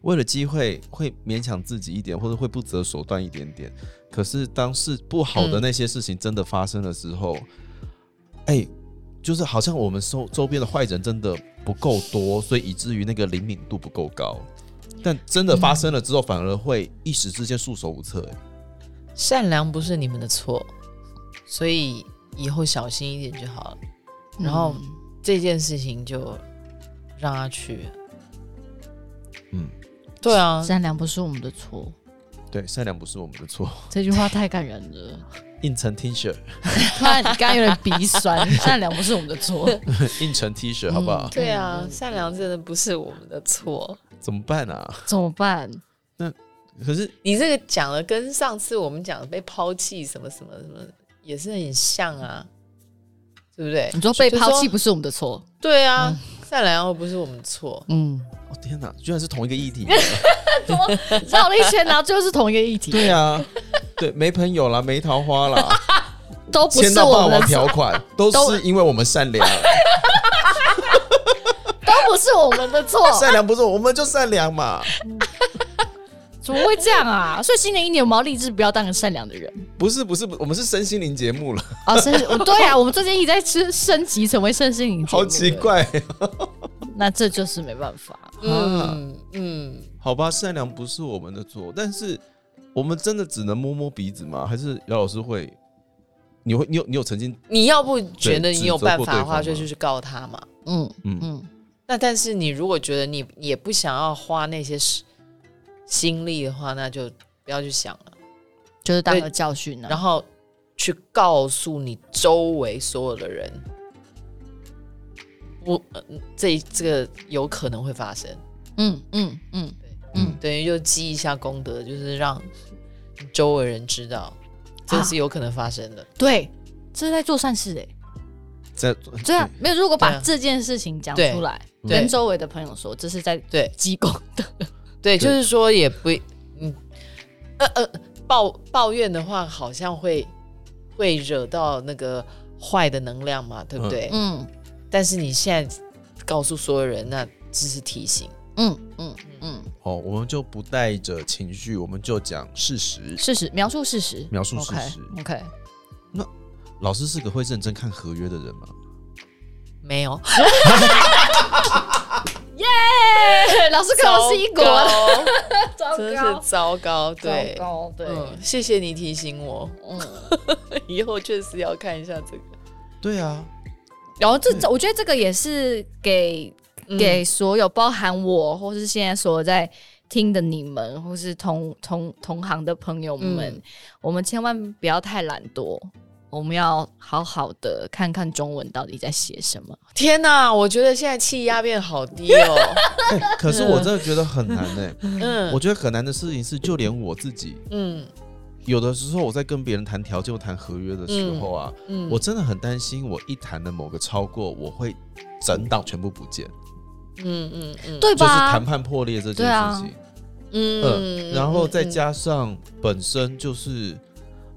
Speaker 2: 为了机会会勉强自己一点，或者会不择手段一点点。可是当是不好的
Speaker 3: 嗯
Speaker 2: 那些事情真的发生的时候，哎、就是好像我们周周边的坏人真的不够多，所以以至于那个灵敏度不够高。但真的发生了之后，反而会一时之间束手无策、哎
Speaker 3: 善良不是你们的错，所以以后小心一点就好了。然后这件事情就让他去。
Speaker 2: 嗯，
Speaker 3: 对啊，
Speaker 1: 善良不是我们的错，
Speaker 2: 对，善良不是我们的错。 *laughs*
Speaker 1: 这句话太感人了， *laughs*
Speaker 2: 印成 T 恤， *laughs*
Speaker 1: 突然刚刚有点鼻酸。 *laughs* 善良不是我们的错，
Speaker 2: 印成 T 恤，好不好？
Speaker 3: 对啊，善良真的不是我们的错。
Speaker 2: 怎么办啊？
Speaker 1: 怎么办？
Speaker 2: 可是
Speaker 3: 你这个讲的跟上次我们讲的被抛弃什么什么什么也是很像啊，对不对？
Speaker 1: 你说被
Speaker 3: 就
Speaker 1: 抛弃不嗯是我们的错？
Speaker 3: 对啊，善良又不是我们的错。
Speaker 1: 嗯，
Speaker 2: 哦天哪，居然是同一个议题。
Speaker 1: 怎么绕了一圈，然后最后是同一个议题，
Speaker 2: 对啊，对，没朋友啦，没桃花 *laughs* 啦，
Speaker 1: 都不
Speaker 2: 签
Speaker 1: 是
Speaker 2: 到霸
Speaker 1: 我们
Speaker 2: 王
Speaker 1: 的错，
Speaker 2: 条款，都是因为我们善良，
Speaker 1: *laughs* 都不是我们的错，
Speaker 2: 善良不是我们就善良嘛，
Speaker 1: *laughs* 怎么会这样啊？所以新的一年我们要立志不要当个善良的人
Speaker 2: 不是不是，不我们是身心灵节目了，
Speaker 1: 啊！升我对啊，我们最近一直在吃升级成为身心灵，
Speaker 2: 好奇，怪， *laughs*
Speaker 1: 那这就是没办法。
Speaker 3: 嗯嗯，
Speaker 2: 好吧，善良不是我们的错，但是我们真的只能摸摸鼻子吗？还是姚老师会？你会，你有，你有曾经，
Speaker 3: 你要不觉得
Speaker 2: 对
Speaker 3: 你有办
Speaker 2: 指责过
Speaker 3: 法
Speaker 2: 对
Speaker 3: 的
Speaker 2: 方
Speaker 3: 话，
Speaker 2: 吗
Speaker 3: 就去告他嘛。
Speaker 1: 嗯
Speaker 2: 嗯
Speaker 1: 嗯
Speaker 3: 那但是你如果觉得你也不想要花那些时心力的话，那就不要去想了，
Speaker 1: 就是当个教训啊。
Speaker 3: 然后去告诉你周围所有的人，我、呃、这这个有可能会发生，
Speaker 1: 嗯嗯嗯，嗯
Speaker 3: 等于就积一下功德，就是让你周围人知道这是有可能发生的。
Speaker 1: 对，这是在做善事哎、
Speaker 2: 在
Speaker 1: 对啊，
Speaker 2: 嗯
Speaker 1: 没有。如果
Speaker 3: 对
Speaker 1: 把
Speaker 3: 啊
Speaker 1: 这件事情讲
Speaker 3: 对
Speaker 1: 出来，
Speaker 2: 对
Speaker 1: 跟周围的朋友说，这是在
Speaker 3: 对
Speaker 1: 积功德。
Speaker 3: 对，就是说也不，嗯，呃呃，抱抱怨的话，好像会会惹到那个坏的能量嘛，对不对？
Speaker 1: 嗯
Speaker 3: 但是你现在告诉所有人，那只是提醒，
Speaker 1: 嗯嗯嗯，
Speaker 2: 哦，我们就不带着情绪，我们就讲事实，
Speaker 1: 事实描述事实，
Speaker 2: 描述事
Speaker 1: OK
Speaker 2: 实。
Speaker 1: OK，
Speaker 2: 老师是个会认真看合约的人 *laughs* 吗？
Speaker 3: 没有，
Speaker 1: 耶！ *laughs* 老师跟我是一国
Speaker 3: 糟
Speaker 1: 的，
Speaker 3: 糕
Speaker 1: 糟
Speaker 3: *laughs* 真的
Speaker 1: 糕
Speaker 3: 是，糟糕，对
Speaker 1: 糟。糕，对，
Speaker 3: 嗯，谢谢你提醒我，
Speaker 1: 嗯。
Speaker 3: *laughs* 以后确实要看一下这个。
Speaker 2: 对啊，
Speaker 1: 然后这，这我觉得这个也是给给所有，包含我，或是现在所有在听的你们，或是同同同行的朋友们，
Speaker 3: 嗯
Speaker 1: 我们千万不要太懒惰，我们要好好的看看中文到底在写什么。
Speaker 3: 天哪，我觉得现在气压变好低 *laughs* 哦。
Speaker 2: 哎可是我真的觉得很 *laughs* 难欸呢、
Speaker 3: 嗯，
Speaker 2: 我觉得很难的事情是，就连我自己，
Speaker 3: 嗯
Speaker 2: 有的时候我在跟别人谈条件、谈合约的时候啊，
Speaker 3: 嗯，
Speaker 2: 我真的很担心，我一谈的某个超过，我会整档全部不见，
Speaker 3: 嗯嗯嗯，
Speaker 1: 对
Speaker 2: 就是
Speaker 1: 吧？
Speaker 2: 谈判破裂这件
Speaker 1: 对啊
Speaker 2: 事情。
Speaker 3: 嗯
Speaker 2: 嗯，然后再加上本身就是。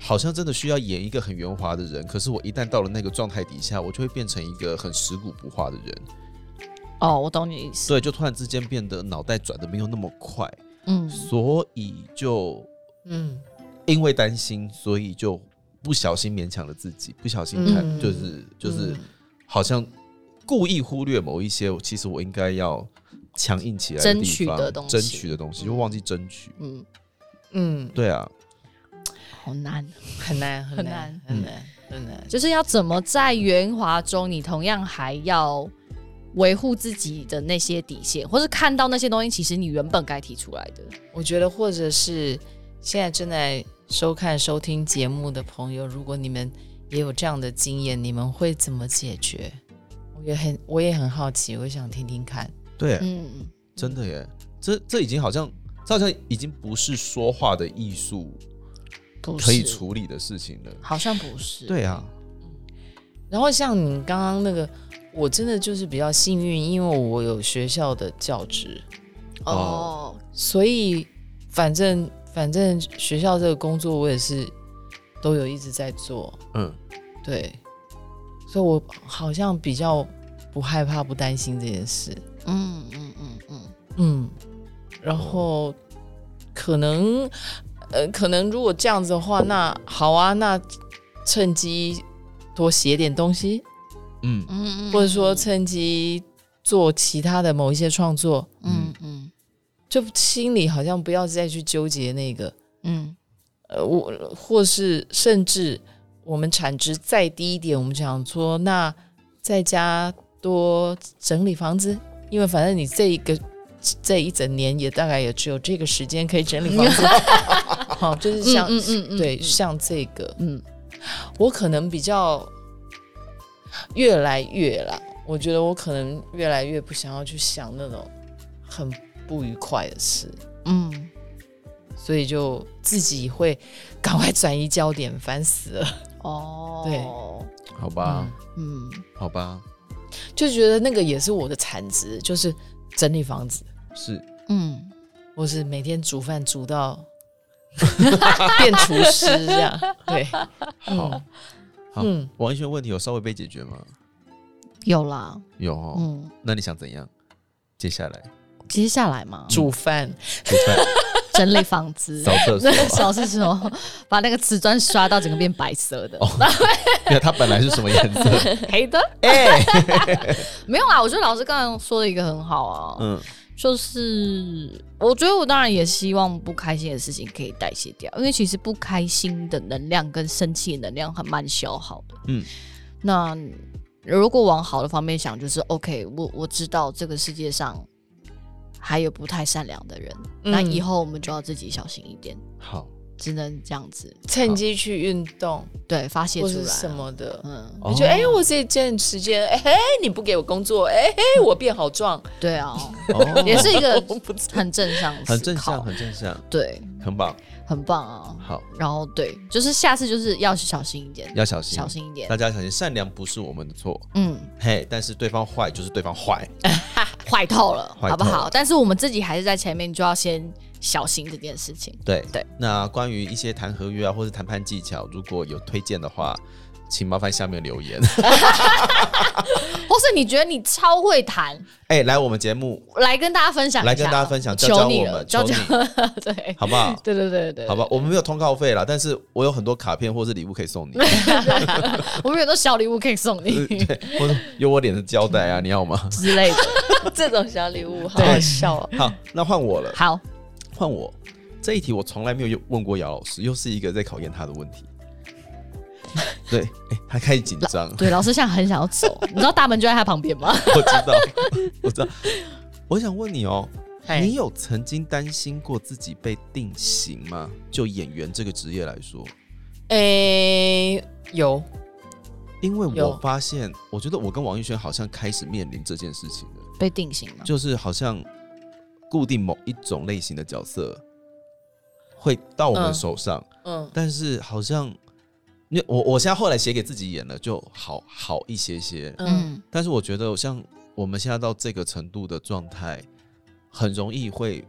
Speaker 2: 好像真的需要演一个很圆滑的人，可是我一旦到了那个状态底下，我就会变成一个很食古不化的人，
Speaker 1: 哦，我懂你的意思。
Speaker 2: 所以就突然之间变得脑袋转的没有那么快，
Speaker 1: 嗯
Speaker 2: 所以就
Speaker 3: 嗯
Speaker 2: 因为担心，所以就不小心勉强了自己，不小心看、
Speaker 3: 嗯
Speaker 2: 就是就是
Speaker 3: 嗯
Speaker 2: 好像故意忽略某一些，其实我应该要强硬起来地
Speaker 1: 争取
Speaker 2: 方
Speaker 1: 的东西
Speaker 2: 争取的东西就忘记争取。
Speaker 1: 嗯，
Speaker 3: 嗯，
Speaker 2: 对啊，
Speaker 1: 好难，
Speaker 3: 很难很
Speaker 1: 难
Speaker 3: 难很难很难，
Speaker 1: 就是要怎么在圆滑中，你同样还要。维护自己的那些底线，或是看到那些东西，其实你原本该提出来的。
Speaker 3: 我觉得或者是现在正在收看收听节目的朋友，如果你们也有这样的经验，你们会怎么解决？我也很我也很好奇，我想听听看。
Speaker 2: 对，啊
Speaker 1: 嗯，
Speaker 2: 真的耶，这这已经好像这好像已经不是说话的艺术
Speaker 1: 不
Speaker 2: 可以
Speaker 1: 是
Speaker 2: 处理的事情了。
Speaker 1: 好像不是，
Speaker 2: 对啊，
Speaker 3: 然后像你刚刚那个，我真的就是比较幸运，因为我有学校的教职，
Speaker 1: 哦，
Speaker 3: 所以反正反正学校这个工作我也是都有一直在做，
Speaker 2: 嗯，
Speaker 3: 对，所以我好像比较不害怕、不担心这件事，
Speaker 1: 嗯嗯嗯嗯，
Speaker 3: 嗯，然后可能呃，可能如果这样子的话，那好啊，那趁机多写点东西，
Speaker 2: 嗯，
Speaker 1: 嗯，
Speaker 3: 或者说趁机做其他的某一些创作，
Speaker 1: 嗯，嗯
Speaker 3: 就心里好像不要再去纠结那个。
Speaker 1: 嗯
Speaker 3: 呃，我或是甚至我们产值再低一点，我们想说那在家多整理房子，因为反正你这一个这一整年也大概也只有这个时间可以整理房
Speaker 1: *laughs*
Speaker 3: 子，好，就是像、
Speaker 1: 嗯嗯嗯
Speaker 3: 对
Speaker 1: 嗯
Speaker 3: 像这个，
Speaker 1: 嗯
Speaker 3: 我可能比较越来越啦，我觉得我可能越来越不想要去想那种很不愉快的事，
Speaker 1: 嗯，
Speaker 3: 所以就自己会赶快转移焦点，烦死了。 *laughs*
Speaker 1: 哦，对，
Speaker 2: 好吧，
Speaker 1: 嗯
Speaker 2: 好吧，
Speaker 3: 就觉得那个也是我的产值，就是整理房子，
Speaker 2: 是
Speaker 1: 嗯，
Speaker 3: 或是每天煮饭煮到 *laughs* 变厨师这样。对，
Speaker 2: 好。好
Speaker 3: 嗯，
Speaker 2: 王一轩问题有稍微被解决吗？
Speaker 1: 有啦，
Speaker 2: 有哦。
Speaker 1: 嗯，
Speaker 2: 那你想怎样？接下来
Speaker 1: 接下来嘛，
Speaker 3: 煮饭
Speaker 2: 煮饭、
Speaker 1: 整理房
Speaker 2: *laughs*
Speaker 1: 子
Speaker 2: 扫。
Speaker 1: *laughs*
Speaker 2: 厕所
Speaker 1: 那。个手是什么？ *laughs* 把那个瓷砖刷到整个变白色
Speaker 2: 哦
Speaker 1: 的，
Speaker 2: 没有，它本来是什么颜色？
Speaker 1: 黑的。
Speaker 2: 哎，
Speaker 1: *laughs* 没有啦，啊我觉得老师刚刚说的一个很好啊，
Speaker 2: 嗯，
Speaker 1: 就是我觉得我当然也希望不开心的事情可以代谢掉，因为其实不开心的能量跟生气的能量很慢消耗的。
Speaker 2: 嗯，
Speaker 1: 那如果往好的方面想，就是 OK，我我知道这个世界上还有不太善良的人，那
Speaker 3: 嗯
Speaker 1: 以后我们就要自己小心一点，
Speaker 2: 好，
Speaker 1: 只能这样子
Speaker 3: 趁机去运动
Speaker 1: 对发泄
Speaker 3: 或
Speaker 1: 出
Speaker 3: 是
Speaker 1: 来啊
Speaker 3: 什。么的。
Speaker 1: 嗯，
Speaker 2: 哦
Speaker 3: 你觉得哎、我这段时间哎、嘿你不给我工作，哎、嘿我变好壮，
Speaker 1: 对啊， *laughs*
Speaker 2: 哦
Speaker 1: 也是一个
Speaker 3: 我不知
Speaker 1: 很正向思考，
Speaker 2: 很正向，很正向，
Speaker 1: 对，
Speaker 2: 很棒。
Speaker 1: 很棒啊。
Speaker 2: 好，
Speaker 1: 然后对，就是下次就是要小心一点，
Speaker 2: 要小心，
Speaker 1: 小心一点
Speaker 2: 大。家小心，善良不是我们的错，
Speaker 1: 嗯，
Speaker 2: 嘿，但是对方坏就是对方坏，
Speaker 1: 坏透了，
Speaker 2: 坏透了
Speaker 1: 好不好？但是我们自己还是在前面就要先小心这件事情。
Speaker 2: 对
Speaker 1: 对。
Speaker 2: 那关于一些谈合约啊，或是谈判技巧，如果有推荐的话，请麻烦下面
Speaker 1: *laughs*
Speaker 2: 留言。
Speaker 1: 或是你觉得你超会谈，
Speaker 2: 哎，来我们节目，
Speaker 1: 来跟大家分享一下，
Speaker 2: 来跟大家分享教教
Speaker 1: 求你
Speaker 2: 我
Speaker 1: 了，
Speaker 2: 们
Speaker 1: 教
Speaker 2: 求
Speaker 1: 教
Speaker 2: 你
Speaker 1: 对，
Speaker 2: 好不好？
Speaker 1: 对对对对，
Speaker 2: 好吧，我们没有通告费啦，但是我有很多卡片或是礼物可以送
Speaker 1: *laughs*
Speaker 2: 你，
Speaker 1: 我们有很多小礼物可以送你
Speaker 2: 对，或者有我脸的胶带啊，你要吗？
Speaker 1: 之类的。
Speaker 3: 这种小礼物，好
Speaker 1: 对
Speaker 3: 好笑哦。
Speaker 2: 好，那换我了，
Speaker 1: 好，
Speaker 2: 换我。这一题我从来没有问过姚老师，又是一个在考验他的问题。对，哎、他开始紧张，
Speaker 1: 对，老师现在很想要走，你知道大门就在他旁边吗？
Speaker 2: 我知道， *laughs* 我知道。我想问你哦，
Speaker 3: 哎
Speaker 2: 你有曾经担心过自己被定型吗？就演员这个职业来说，
Speaker 3: 哎、有，
Speaker 2: 因为我
Speaker 3: 有
Speaker 2: 发现，我觉得我跟王一轩好像开始面临这件事情了，
Speaker 1: *laughs* 被定型了，
Speaker 2: 就是好像固定某一种类型的角色会到我们
Speaker 3: 嗯
Speaker 2: 手上，
Speaker 3: 嗯，
Speaker 2: 但是好像，因为我我现在后来写给自己演了，就好好一些些。
Speaker 3: 嗯，
Speaker 2: 但是我觉得，像我们现在到这个程度的状态，很容易会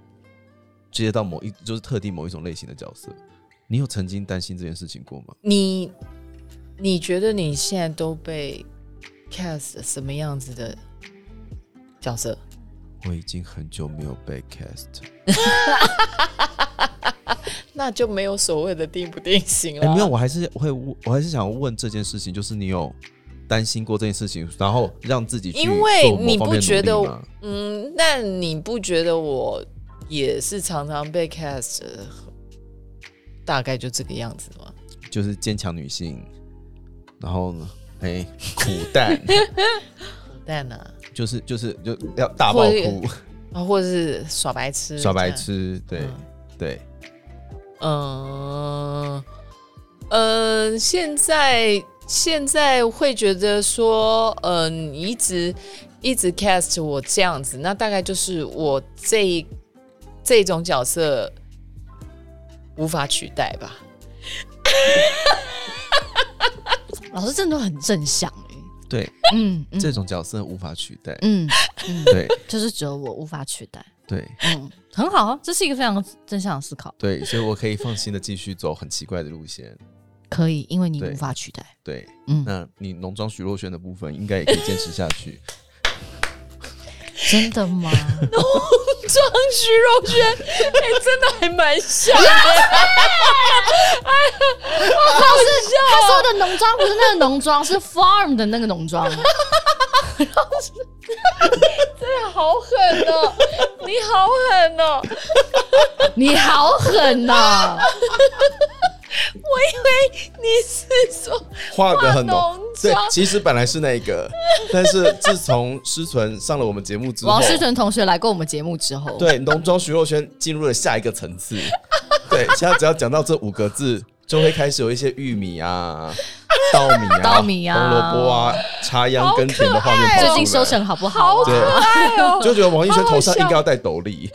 Speaker 2: 接到某一就是特定某一种类型的角色。你有曾经担心这件事情过吗？
Speaker 3: 你你觉得你现在都被 cast 什么样子的角色？
Speaker 2: 我已经很久没有被 cast，
Speaker 3: 那就没有所谓的定不定型
Speaker 2: 哎、
Speaker 3: 了。啊
Speaker 2: 没有，我还是会问，我还是想问这件事情，就是你有担心过这件事情，然后让自己去
Speaker 3: 因为
Speaker 2: 做某
Speaker 3: 你
Speaker 2: 方
Speaker 3: 不
Speaker 2: 面努
Speaker 3: 觉
Speaker 2: 力
Speaker 3: 得
Speaker 2: 吗
Speaker 3: 嗯，那你不觉得我也是常常被 cast，的大概就这个样子吗？
Speaker 2: 就是坚强女性，然后呢，哎、苦
Speaker 1: *laughs*
Speaker 2: 蛋，
Speaker 3: 蛋啊，
Speaker 2: 就是就是就要大爆哭，
Speaker 3: 啊，或者是耍白痴，
Speaker 2: 耍白，痴，对、
Speaker 3: 嗯
Speaker 2: 对，
Speaker 3: 嗯，呃，现在现在会觉得说，呃，你一直一直 cast 我这样子，那大概就是我这一这种角色无法取代吧？
Speaker 1: 老师真的很正向哎、
Speaker 2: 对，
Speaker 1: *laughs* 嗯嗯
Speaker 2: 这种角色无法取代。
Speaker 1: 嗯，
Speaker 2: 对
Speaker 1: 就是只有我无法取代，
Speaker 2: 对
Speaker 1: 嗯，很好啊，这是一个非常正向的思考，
Speaker 2: 对，所以我可以放心的继续走很奇怪的路线。
Speaker 1: 可以，因为你
Speaker 2: 对
Speaker 1: 无法取代，
Speaker 2: 对，
Speaker 1: 嗯，
Speaker 2: 那你浓妆徐若瑄的部分应该也可以坚持下去。
Speaker 1: *laughs*
Speaker 2: *laughs*
Speaker 1: 真的 *laughs* 吗？
Speaker 3: 装徐若瑄，哎、真的还蛮像。
Speaker 1: 他说的浓妆不是那个浓妆，是 farm 的那个浓妆。
Speaker 3: 好狠哦！你好狠哦！
Speaker 1: 你好狠 *laughs* 呐、
Speaker 3: 我以为你是说
Speaker 2: 画的很
Speaker 3: 浓
Speaker 2: 浓，对
Speaker 3: 妆，
Speaker 2: 其实本来是那个，但是自从师存上了我们节目之后
Speaker 1: 王，世存同学来过我们节目之后，
Speaker 2: 对浓妆徐若瑄进入了下一个层次。对，现在只要讲到这五个字，就会开始有一些玉米啊、稻米啊、
Speaker 1: 稻米啊
Speaker 2: 红萝卜啊、插秧耕田的画面跑出来
Speaker 1: 哦最近收成好不好
Speaker 3: 好
Speaker 1: 啊？
Speaker 2: 对
Speaker 3: 可爱哦！
Speaker 2: 就觉得王一轩头上
Speaker 3: 好好笑
Speaker 2: 应该要戴斗笠。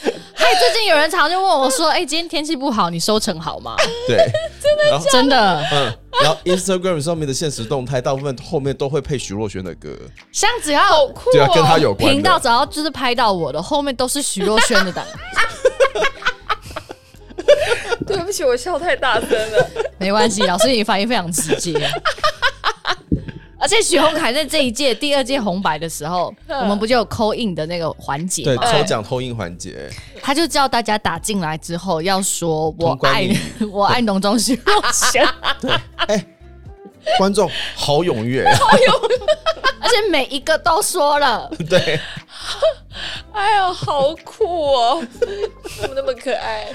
Speaker 1: 嗨，哎最近有人常就问我说：“哎、今天天气不好，你收成好吗
Speaker 2: 对，真的？”
Speaker 1: 真的，
Speaker 2: 嗯，然后 Instagram 上面的现实动态，大部分后面都会配徐若瑄的歌，
Speaker 1: 像只要
Speaker 3: 哦
Speaker 2: 对啊，跟她有关的。
Speaker 1: 频道只要就是拍到我的，后面都是徐若瑄的档。
Speaker 3: 对不起，我笑太大声了。
Speaker 1: 没关系，老师你反应非常直接。而且许宏凯在这一届第二届红白的时候，我们不就有扣印的那个环节
Speaker 2: 对
Speaker 1: 吗？
Speaker 2: 抽奖偷印环节，
Speaker 1: 他就叫大家打进来之后要说我
Speaker 2: 通关
Speaker 1: 爱
Speaker 2: 密
Speaker 1: 我爱浓妆徐若 *laughs* 瑄，
Speaker 2: 哎观众好踊跃，
Speaker 1: 而且每一个都说了。
Speaker 2: 对，
Speaker 3: 哎呀，好酷哦！怎 *laughs* 么那么可爱？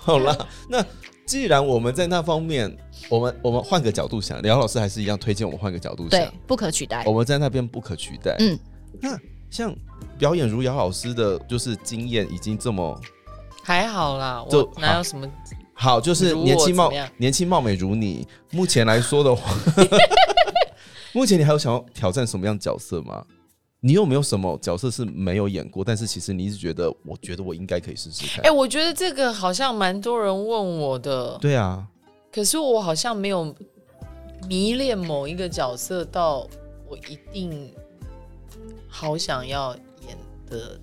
Speaker 2: 好啦，那既然我们在那方面，我们我们换个角度想，廖老师还是一样推荐我们换个角度
Speaker 1: 对
Speaker 2: 想，，
Speaker 1: 不可取代
Speaker 2: 我。们在那边不可取代。
Speaker 1: 嗯，
Speaker 2: 那像表演如姚老师的就是经验已经这么
Speaker 3: 还好啦，
Speaker 2: 就
Speaker 3: 我哪有什么？
Speaker 2: 好，就是
Speaker 3: 如我
Speaker 2: 年轻貌
Speaker 3: 怎么样
Speaker 2: 年轻貌美如你，目前来说的
Speaker 3: *laughs*
Speaker 2: 话，目前你还有想要挑战什么样的角色吗？你有没有什么角色是没有演过，但是其实你一直觉得，我觉得我应该可以试试看？
Speaker 3: 哎、我觉得这个好像蛮多人问我的，
Speaker 2: 对啊，
Speaker 3: 可是我好像没有迷恋某一个角色到我一定好想要演的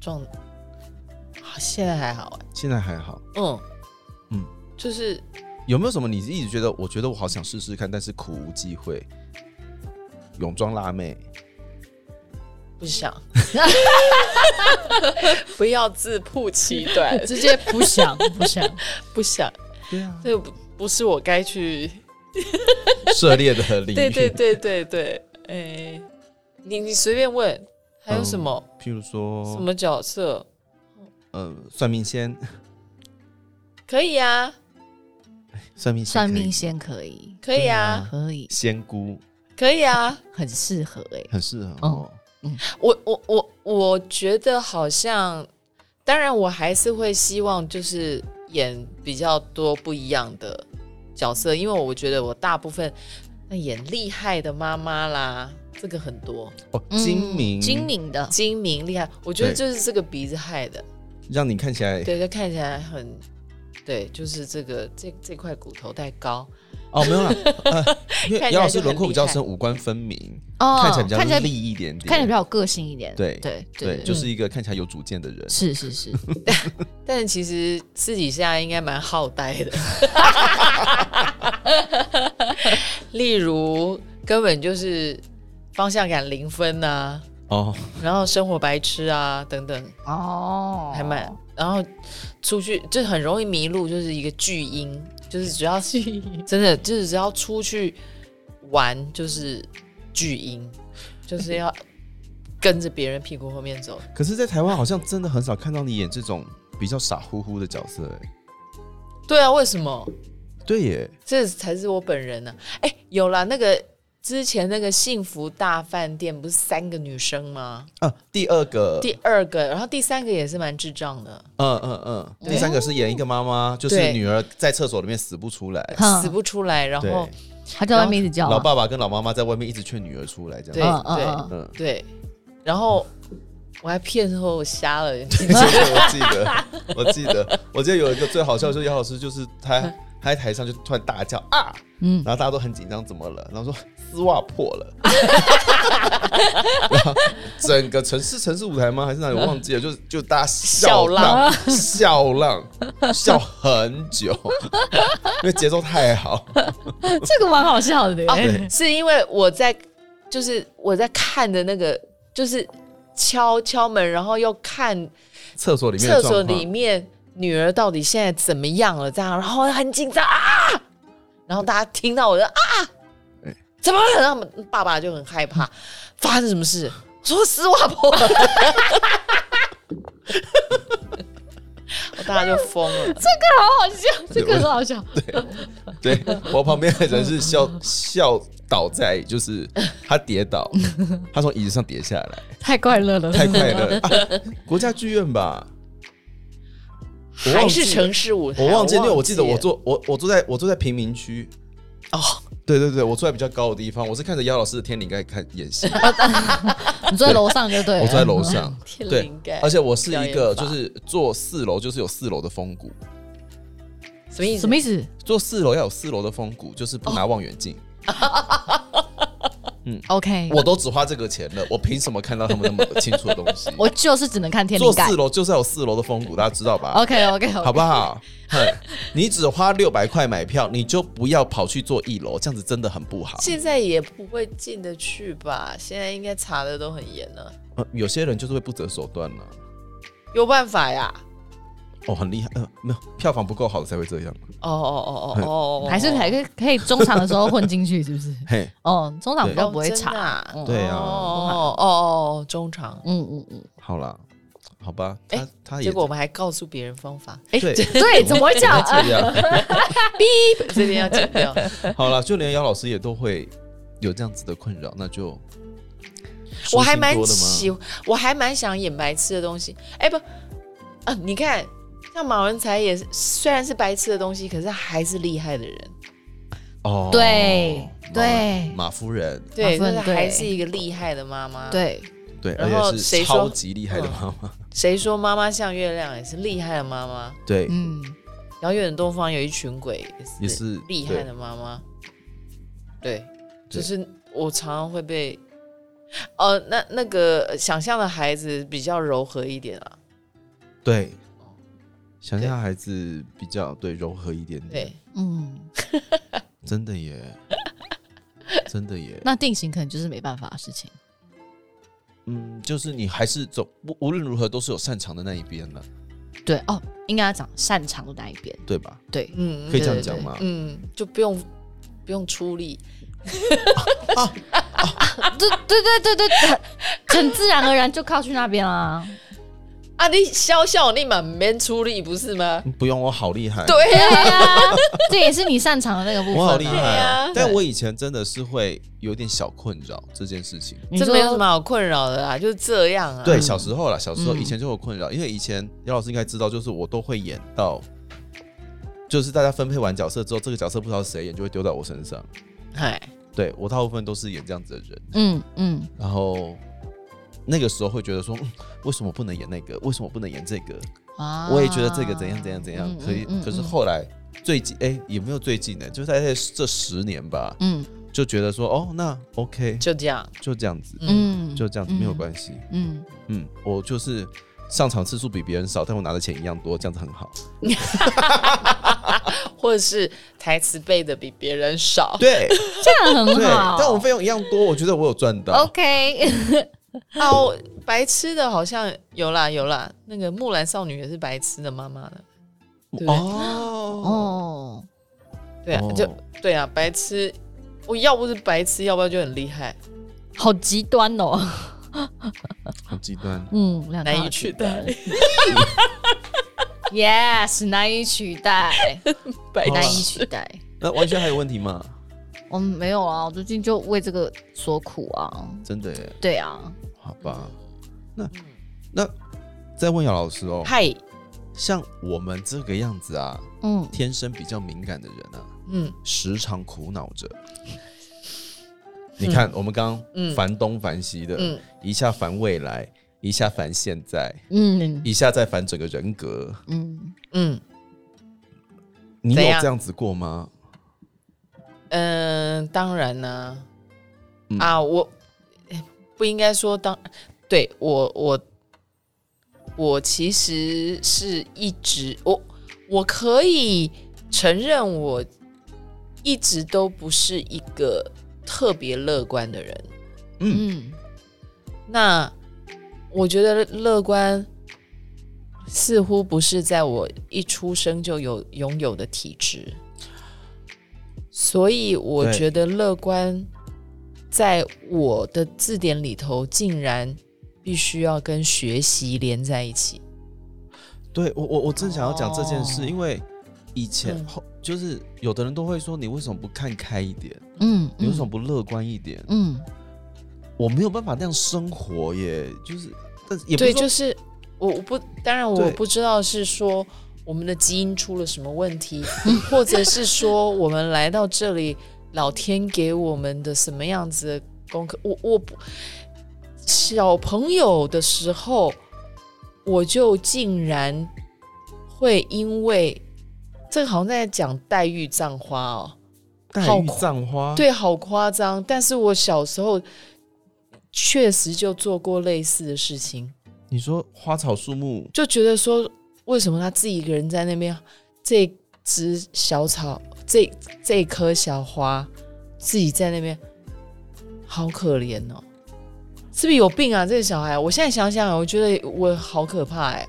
Speaker 3: 状。啊现在还好哎、
Speaker 2: 现在还好。
Speaker 3: 嗯
Speaker 2: 嗯
Speaker 3: 嗯，就是
Speaker 2: 有没有什么你一直觉得，我觉得我好想试试看，但是苦无机会？泳装辣妹，
Speaker 3: 不 *laughs* 想，不要自曝其 *laughs* 短，
Speaker 1: 直接不想不想，
Speaker 3: 不想，
Speaker 2: 对啊，
Speaker 3: 这不不是我该去。
Speaker 2: 涉猎的领域，
Speaker 3: 对对对对对，哎、你你随便问，还有什么、
Speaker 2: 譬如说
Speaker 3: 什么角色
Speaker 2: 呃，算命仙，
Speaker 3: 可以啊，
Speaker 2: 算命仙
Speaker 1: 算
Speaker 2: 可
Speaker 1: 命
Speaker 2: 以
Speaker 1: 先可以，
Speaker 3: 可以
Speaker 2: 对
Speaker 3: 啊，
Speaker 1: 可以，
Speaker 2: 仙姑
Speaker 3: 可以啊。
Speaker 1: 很适合哎、
Speaker 2: 很适合
Speaker 1: 嗯
Speaker 2: 哦。
Speaker 3: 我我我我觉得好像，当然我还是会希望就是演比较多不一样的角色，因为我觉得我大部分那演厉害的妈妈啦，这个很多
Speaker 2: 哦，精明，
Speaker 1: 嗯精，明的，
Speaker 3: 精明厉害，我觉得
Speaker 2: 对
Speaker 3: 就是这个鼻子害的，
Speaker 2: 让你看起来
Speaker 3: 对，就看起来很。对，就是这个这这块骨头太高，
Speaker 2: 哦，没有啦，呃因为
Speaker 3: 看起来
Speaker 2: 姚老师
Speaker 3: 就很
Speaker 2: 轮廓比较
Speaker 3: 厉害
Speaker 2: 深，五官分明，
Speaker 1: 哦
Speaker 2: 看起来比较
Speaker 1: 看起来
Speaker 2: 立一点点，
Speaker 1: 看起来比较有个性一点。
Speaker 2: 对
Speaker 1: 对
Speaker 2: 对，就是一个看起来有主见的人。
Speaker 1: 是是是，
Speaker 3: 但其实私底下应该蛮好呆的。 *laughs* 例如，根本就是方向感零分呐、
Speaker 2: 哦，
Speaker 3: 然后生活白痴啊等等，
Speaker 1: 哦，
Speaker 3: 还蛮，然后出去就很容易迷路，就是一个巨婴，就是只要是真的就是只要出去玩就是巨婴，就是要跟着别人屁股后面走。
Speaker 2: 可是，在台湾好像真的很少看到你演这种比较傻乎乎的角色，哎，
Speaker 3: 对啊，为什么？
Speaker 2: 对耶，
Speaker 3: 这才是我本人呢、哎、有啦，那个之前那个幸福大饭店不是三个女生吗？
Speaker 2: 啊，第二
Speaker 1: 呃
Speaker 2: 个，
Speaker 3: 第二个，然后第三个也是蛮智障的，
Speaker 2: 嗯嗯嗯，
Speaker 3: 对
Speaker 2: 第三个是演一个妈妈，就是
Speaker 3: 对
Speaker 2: 女儿在厕所里面死不出来，
Speaker 1: 哼
Speaker 3: 死不出来，然
Speaker 2: 对，
Speaker 3: 后
Speaker 1: 他在外面一直叫啊
Speaker 2: 老爸爸跟老妈妈在外面一直劝女儿出来，这
Speaker 3: 对
Speaker 2: 样，
Speaker 1: 嗯嗯嗯
Speaker 2: 嗯，
Speaker 3: 对，然后我还骗说我瞎了， *laughs*
Speaker 2: 这个 *laughs* 我记得，我记得，我记得有一个最好笑的是姚老师，就是他
Speaker 3: 嗯
Speaker 2: 他在台上就突然大叫啊，
Speaker 1: 嗯，
Speaker 2: 然后大家都很紧张，怎么了？然后说丝袜破了， *laughs* 然后整个城市城市舞台吗？还是哪里？我忘记了，就就大家笑浪笑浪笑很久，因为节奏太好，
Speaker 1: 这个蛮好笑的、欸。
Speaker 3: 是因为我在就是我在看的那个就是敲敲门，然后又看
Speaker 2: 厕所里面
Speaker 3: 厕
Speaker 2: 的
Speaker 3: 所
Speaker 2: 状
Speaker 3: 里
Speaker 2: 况。
Speaker 3: 面女儿到底现在怎么样了？这样，然后很紧张啊，然后大家听到我的啊，
Speaker 2: 哎
Speaker 3: 怎么了？然后爸爸就很害怕，发生什么事？我说丝袜破 *laughs* 了，大家就疯了。
Speaker 1: 好好笑，这个很好笑。
Speaker 2: 对我旁边的人是笑笑倒在，就是他跌倒，他从椅子上跌下来。
Speaker 1: 太快乐了，
Speaker 2: 太快乐了、啊！国家剧院吧，我忘
Speaker 3: 还
Speaker 2: 记
Speaker 3: 是城市舞台，
Speaker 2: 我忘记，因为我记得
Speaker 3: 了
Speaker 2: 我坐我我坐在我坐在贫民区。
Speaker 3: 哦，
Speaker 2: 对对对，我坐在比较高的地方，我是看着姚老师的天灵盖看演戏，
Speaker 1: 你坐在楼上就对了。
Speaker 2: 我坐在楼上，
Speaker 3: 天
Speaker 2: 对
Speaker 3: 灵盖，
Speaker 2: 而且我是一
Speaker 3: 表
Speaker 2: 个
Speaker 3: 演法
Speaker 2: 就是坐四楼就是有四楼的风骨，
Speaker 3: 什么意思？
Speaker 1: 什么意思？
Speaker 2: 坐四楼要有四楼的风骨，就是不拿望远镜，
Speaker 1: OK，
Speaker 2: 我都只花这个钱了，我凭什么看到他们那么清楚的东西？
Speaker 1: 我就是只能看天灵
Speaker 2: 坐
Speaker 1: 盖。
Speaker 2: 四楼就是要有四楼的风骨，大家知道吧？
Speaker 1: OK OK
Speaker 2: 好不好？哼，你只花六百块买票，你就不要跑去坐一楼，这样子真的很不好。
Speaker 3: 现在也不会进得去吧？现在应该查的都很严了，
Speaker 2: 呃有些人就是会不择手段了、
Speaker 3: 有办法呀？
Speaker 2: 哦，很厉害，嗯、没有票房不够好的才会这样。
Speaker 3: 哦哦哦哦哦，
Speaker 1: 还是还可以可以中场的时候混进去，是不是？
Speaker 2: 嘿，
Speaker 1: 哦，中场比较
Speaker 3: 都
Speaker 1: 不会查。嗯
Speaker 2: 对啊
Speaker 3: 哦哦哦，中场。
Speaker 1: 嗯嗯嗯，
Speaker 2: 好啦，好吧，他、
Speaker 3: 哎
Speaker 2: 他也
Speaker 3: 结果我们还告诉别人
Speaker 2: *laughs*
Speaker 3: 方法，
Speaker 1: 哎
Speaker 2: 对
Speaker 1: 对，怎么会这样？啊
Speaker 2: 这
Speaker 3: *laughs*
Speaker 2: 样，
Speaker 3: 这边要剪
Speaker 2: *laughs*
Speaker 3: 掉。
Speaker 2: 好啦，就连姚老师也都会有这样子的困扰，那就
Speaker 3: 我还蛮
Speaker 2: 舒
Speaker 3: 喜
Speaker 2: 心多了吗，
Speaker 3: 我还蛮想演白痴的东西。哎、不，啊，你看，像马文才也是，虽然是白痴的东西，可是还是厉害的人。
Speaker 2: 哦，
Speaker 1: 对
Speaker 2: 马
Speaker 1: 对
Speaker 2: 马夫人，
Speaker 1: 马
Speaker 3: 对，就
Speaker 1: 文
Speaker 3: 是
Speaker 1: 对
Speaker 3: 还是一个厉害的妈妈。，
Speaker 1: 对，
Speaker 2: 对，
Speaker 3: 然后
Speaker 2: 而且
Speaker 3: 谁
Speaker 2: 是
Speaker 3: 说嗯
Speaker 2: 超级厉害的妈妈，
Speaker 3: 谁说妈妈像月亮也是厉害的妈妈？
Speaker 2: 对，
Speaker 1: 嗯，
Speaker 3: 遥远的东方有一群鬼，
Speaker 2: 也是
Speaker 3: 厉害的妈妈。对，就是我常常会被，哦，那那个想象的孩子比较柔和一点啊。
Speaker 2: 对，想
Speaker 3: 对
Speaker 2: 象孩子比较对柔和一点点
Speaker 3: 对，，
Speaker 1: 嗯，
Speaker 2: 真的耶， *laughs* 真的耶。
Speaker 1: 那定型可能就是没办法的事情。
Speaker 2: 嗯，就是你还是走，无无论如何都是有擅长的那一边了，
Speaker 1: 对哦，应该要讲擅长的那一边。
Speaker 2: 对吧？
Speaker 1: *laughs* 对，
Speaker 3: 嗯，
Speaker 2: 可以
Speaker 3: 对
Speaker 2: 这样
Speaker 3: 对
Speaker 2: 讲
Speaker 3: 对
Speaker 2: 吗？
Speaker 3: 嗯，就不用不用出力，
Speaker 2: 啊
Speaker 1: 啊对对对对对，很很自然而然就靠去那边啦。
Speaker 3: 啊，你笑笑你满面出力不是吗？
Speaker 2: 嗯不用，我好厉害，
Speaker 3: 对
Speaker 1: *laughs* 对
Speaker 3: 呀、
Speaker 1: 啊，这也是你擅长的那个部分啊。
Speaker 2: 我好厉
Speaker 3: 对
Speaker 2: 害
Speaker 3: 啊
Speaker 2: 啊！但我以前真的是会有点小困扰这件事情。
Speaker 1: 你
Speaker 3: 这
Speaker 1: 说
Speaker 3: 没有什么好困扰的啦，就是这样啊。
Speaker 2: 对，小时候啦，小时候
Speaker 1: 嗯
Speaker 2: 以前就有困扰，因为以前姚老师应该知道，就是我都会演到，就是大家分配完角色之后，这个角色不知道谁演，就会丢到我身上。
Speaker 3: 嗨，
Speaker 2: 对我大部分都是演这样子的人。
Speaker 1: 嗯嗯，
Speaker 2: 然后那个时候会觉得说，嗯为什么不能演那个？为什么不能演这个？
Speaker 1: 啊
Speaker 2: 我也觉得这个怎样怎样怎样。可
Speaker 1: 嗯
Speaker 2: 以，可是，后来最近，哎、也没有最近呢、就是在这十年吧，
Speaker 1: 嗯
Speaker 2: 就觉得说，哦，那 OK，
Speaker 3: 就这样。
Speaker 2: 就这样子，
Speaker 3: 嗯，
Speaker 1: 嗯，
Speaker 2: 就这样子，没有关系。
Speaker 1: 嗯，
Speaker 2: 嗯，我就是上场次数比别人少，但我拿的钱一样多，这样子很好。
Speaker 3: 或者是台词背的比别人少
Speaker 2: 对
Speaker 1: 这样
Speaker 2: 对
Speaker 1: 哦很好。，哦
Speaker 2: 但我费用一样多，我觉得我有赚到。
Speaker 1: OK，
Speaker 3: 啊。我白痴的好像有啦有啦，那个木兰少女也是白痴的妈妈的，对不对
Speaker 2: 哦
Speaker 1: 哦，
Speaker 3: 对啊，
Speaker 2: 哦
Speaker 3: 就对啊，白痴。我要不是白痴，要不然就很厉害，
Speaker 1: 好极端哦，
Speaker 2: 好极端。
Speaker 1: 嗯，两个
Speaker 3: 难
Speaker 1: 好
Speaker 3: 以
Speaker 1: 极
Speaker 3: 取代 *laughs*
Speaker 1: 端。Yes，难以取代，
Speaker 3: 白
Speaker 2: 好啊
Speaker 1: 难
Speaker 3: 痴。
Speaker 1: 以取代。
Speaker 2: 那完全还有问题吗？
Speaker 1: 我们没有啊，我最近就为这个所苦啊。
Speaker 2: 真的耶，
Speaker 1: 对啊，
Speaker 2: 好吧。那那再问姚老师哦，
Speaker 3: 嗨，
Speaker 2: 像我们这个样子啊，
Speaker 1: 嗯，
Speaker 2: 天生比较敏感的人啊，
Speaker 3: 嗯，
Speaker 2: 时常苦恼着。你看，我们刚
Speaker 3: 嗯
Speaker 2: 烦东烦西的，
Speaker 3: 嗯
Speaker 2: 一下烦未来，一下烦现在，
Speaker 1: 嗯
Speaker 2: 一下再烦整个人格。
Speaker 1: 嗯，
Speaker 3: 嗯
Speaker 2: 你有
Speaker 3: 怎样
Speaker 2: 这样子过吗？
Speaker 3: 嗯、呃当然呢、
Speaker 2: 嗯
Speaker 3: 啊，我哎不应该说当，对我我我其实是一直我我可以承认我一直都不是一个特别乐观的人，
Speaker 1: 嗯
Speaker 3: 那我觉得乐观似乎不是在我一出生就有拥有的体质，所以我
Speaker 2: 对
Speaker 3: 觉得乐观在我的字典里头竟然必须要跟学习连在一起。
Speaker 2: 对我，我我正想要讲这件事，
Speaker 3: 哦
Speaker 2: 因为以前
Speaker 3: 嗯
Speaker 2: 后就是有的人都会说，你为什么不看开一点？
Speaker 1: 嗯，
Speaker 2: 你为什么不乐观一点？
Speaker 1: 嗯
Speaker 2: 我没有办法那样生活耶，就是，但是也不
Speaker 3: 对，
Speaker 2: 是说
Speaker 3: 就是我我不，当然我
Speaker 2: 对
Speaker 3: 不知道是说我们的基因出了什么问
Speaker 2: *laughs*
Speaker 3: 题，或者是说我们来到这里，老天给我们的什么样子的功课。我我不小朋友的时候，我就竟然会因为这个好像在讲黛玉葬花哦，
Speaker 2: 黛
Speaker 3: 好
Speaker 2: 玉
Speaker 3: 苦
Speaker 2: 葬花，，
Speaker 3: 对，好夸张。但是我小时候确实就做过类似的事情。
Speaker 2: 你说花草树木，
Speaker 3: 就觉得说，为什么他自己一个人在那边，这只小草，这这棵小花，自己在那边，好可怜哦，是不是有病啊？这个小孩，我现在想想，我觉得我好可怕哎、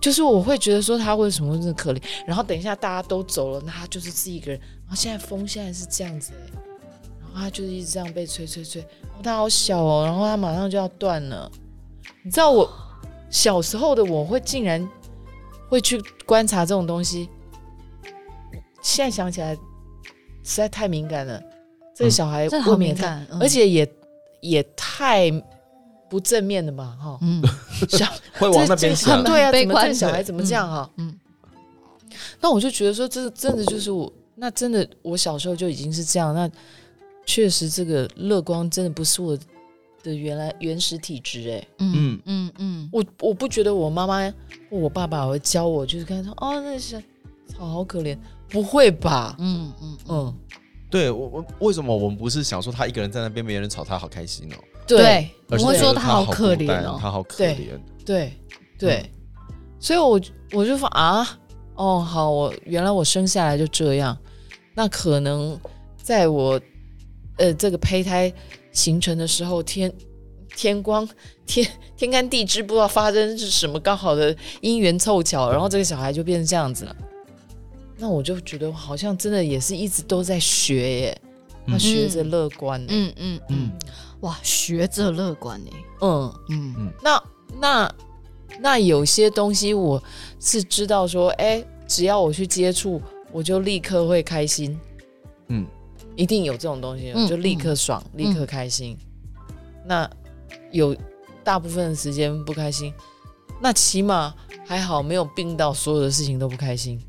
Speaker 3: 就是我会觉得说他为什么这么可怜，然后等一下大家都走了，那他就是自己一个人，然后现在风现在是这样子哎、然后他就是一直这样被吹吹吹，然后他好小哦，然后他马上就要断了，你知道我小时候的我会竟然会去观察这种东西，现在想起来实在太敏感了。这个
Speaker 2: 嗯
Speaker 3: 小孩
Speaker 1: 这
Speaker 3: 未
Speaker 1: 好
Speaker 3: 免
Speaker 1: 敏
Speaker 3: 太
Speaker 1: 感，嗯
Speaker 3: 而且也也太不正面了嘛，哈、
Speaker 1: 嗯
Speaker 3: *laughs* 小
Speaker 2: 会 *laughs* 往那边
Speaker 1: 这这
Speaker 2: 想
Speaker 1: 很，
Speaker 3: 对啊，
Speaker 1: 悲
Speaker 3: 怎么这
Speaker 1: 观
Speaker 3: 个小孩
Speaker 1: 对
Speaker 3: 怎么这样哈、
Speaker 1: 嗯
Speaker 3: 那我就觉得说，这真的就是我，那真的我小时候就已经是这样，那确实这个乐观真的不是我的原来原始体质哎、
Speaker 1: 嗯嗯嗯
Speaker 3: 我我不觉得我妈妈或我爸爸会教我，就是看说哦，那小草好可怜，不会吧？
Speaker 1: 嗯嗯嗯，
Speaker 3: 嗯，
Speaker 2: 对我我为什么我们不是想说他一个人在那边没人吵他好开心哦，
Speaker 3: 对，
Speaker 2: 而是
Speaker 1: 我会
Speaker 2: 觉
Speaker 1: 说
Speaker 2: 得
Speaker 1: 他
Speaker 2: 他
Speaker 1: 好
Speaker 2: 好
Speaker 1: 可
Speaker 2: 孤
Speaker 1: 怜
Speaker 2: 单
Speaker 1: 哦
Speaker 2: 他好可
Speaker 3: 对
Speaker 2: 怜，
Speaker 3: 对对，所以我我就说啊，哦，好，我原来我生下来就这样，那可能在我呃这个胚胎形成的时候，天天光天天干地支不知道发生是什么刚好的因缘凑巧，然后这个小孩就变成这样子了。那我就觉得好像真的也是一直都在学耶，他
Speaker 2: 嗯
Speaker 3: 学着乐观耶、
Speaker 1: 嗯嗯嗯，哇，学着乐观欸呢、
Speaker 3: 嗯
Speaker 1: 嗯
Speaker 3: 那那那有些东西我是知道说，哎、只要我去接触，我就立刻会开心，
Speaker 2: 嗯，
Speaker 3: 一定有这种东西，
Speaker 1: 嗯
Speaker 3: 我就立刻爽，立刻开心。那有大部分的时间不开心，那起码还好没有病到所有的事情都不开心。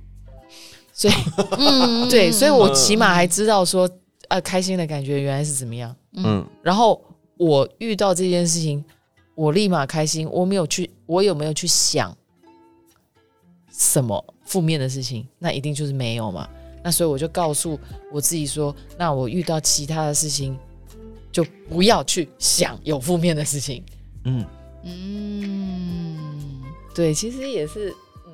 Speaker 3: 所以
Speaker 1: 嗯
Speaker 3: *laughs* 对，所以我
Speaker 2: 嗯
Speaker 3: 起码还知道说，呃，开心的感觉原来是怎么样。
Speaker 2: 嗯
Speaker 3: 然后我遇到这件事情，我立马开心，我没有去，我有没有去想什么负面的事情？那一定就是没有嘛。那所以我就告诉我自己说，那我遇到其他的事情，就不要去想有负面的事情。
Speaker 2: 嗯，
Speaker 1: 嗯，
Speaker 3: 对，其实也是，嗯，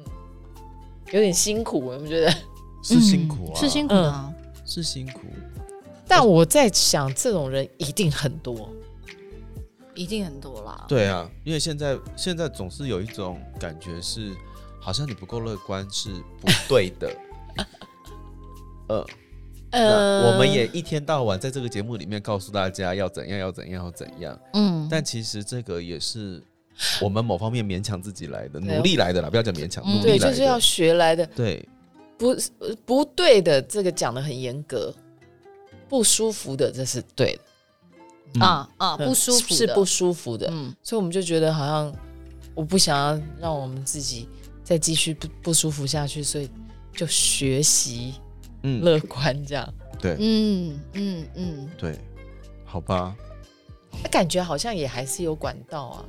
Speaker 3: 有点辛苦，我们觉得。
Speaker 1: 嗯
Speaker 2: 是辛苦啊，
Speaker 1: 是辛苦的、啊
Speaker 2: 是辛苦，
Speaker 3: *laughs* 但我在想，这种人一定很多。
Speaker 1: 一定很多啦。
Speaker 2: 对啊，因为现在现在总是有一种感觉是，好像你不够乐观是不对
Speaker 1: *laughs*
Speaker 2: 的。呃，
Speaker 3: 呃
Speaker 2: 那我们也一天到晚在这个节目里面告诉大家要怎样，要怎样，要怎样。
Speaker 1: 嗯，
Speaker 2: 但其实这个也是我们某方面勉强自己来的，
Speaker 3: 对
Speaker 2: 努力来的啦，不要讲勉强，
Speaker 1: 嗯
Speaker 2: 努
Speaker 3: 嗯对，
Speaker 2: 力来
Speaker 3: 就
Speaker 2: 的。
Speaker 3: 是要学来的。
Speaker 2: 对，
Speaker 3: 不是呃不对的，这个讲的很严格，不舒服的这是对的，
Speaker 2: 嗯
Speaker 1: 啊啊，
Speaker 3: 嗯
Speaker 1: 不舒服的
Speaker 3: 是不舒服的，
Speaker 1: 嗯
Speaker 3: 所以我们就觉得好像我不想要让我们自己再继续不不舒服下去，所以就学习
Speaker 2: 嗯，
Speaker 3: 乐观这样。
Speaker 2: 对
Speaker 1: 嗯嗯嗯，
Speaker 2: 对，好吧，
Speaker 1: 嗯
Speaker 3: 那哎感觉好像也还是有管道啊。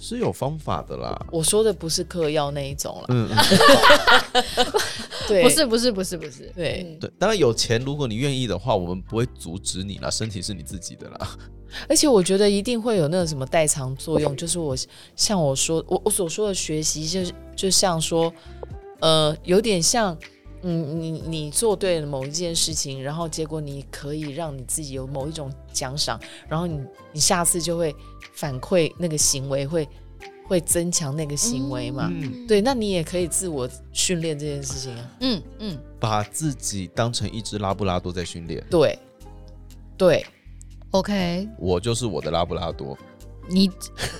Speaker 2: 是有方法的啦。
Speaker 3: 我说的不是嗑药那一种了， *laughs*
Speaker 2: 嗯，嗯
Speaker 3: 对，
Speaker 1: 不是不是不是不是，
Speaker 3: 对
Speaker 1: 嗯，
Speaker 2: 对，当然有钱，如果你愿意的话，我们不会阻止你啦。身体是你自己的啦。 *laughs*
Speaker 3: 而且我觉得一定会有那种什么代偿作用，就是我像我说我我所说的学习，就是就像说，呃，有点像，嗯，你你做对了某一件事情，然后结果你可以让你自己有某一种奖赏，然后你你下次就会反馈那个行为，会会增强那个行为嘛。
Speaker 2: 嗯，
Speaker 3: 对，那你也可以自我训练这件事情啊。
Speaker 1: 嗯嗯，
Speaker 2: 把自己当成一只拉布拉多在训练，
Speaker 3: 对，对，
Speaker 1: OK，
Speaker 2: 我就是我的拉布拉多。
Speaker 1: *laughs* 你，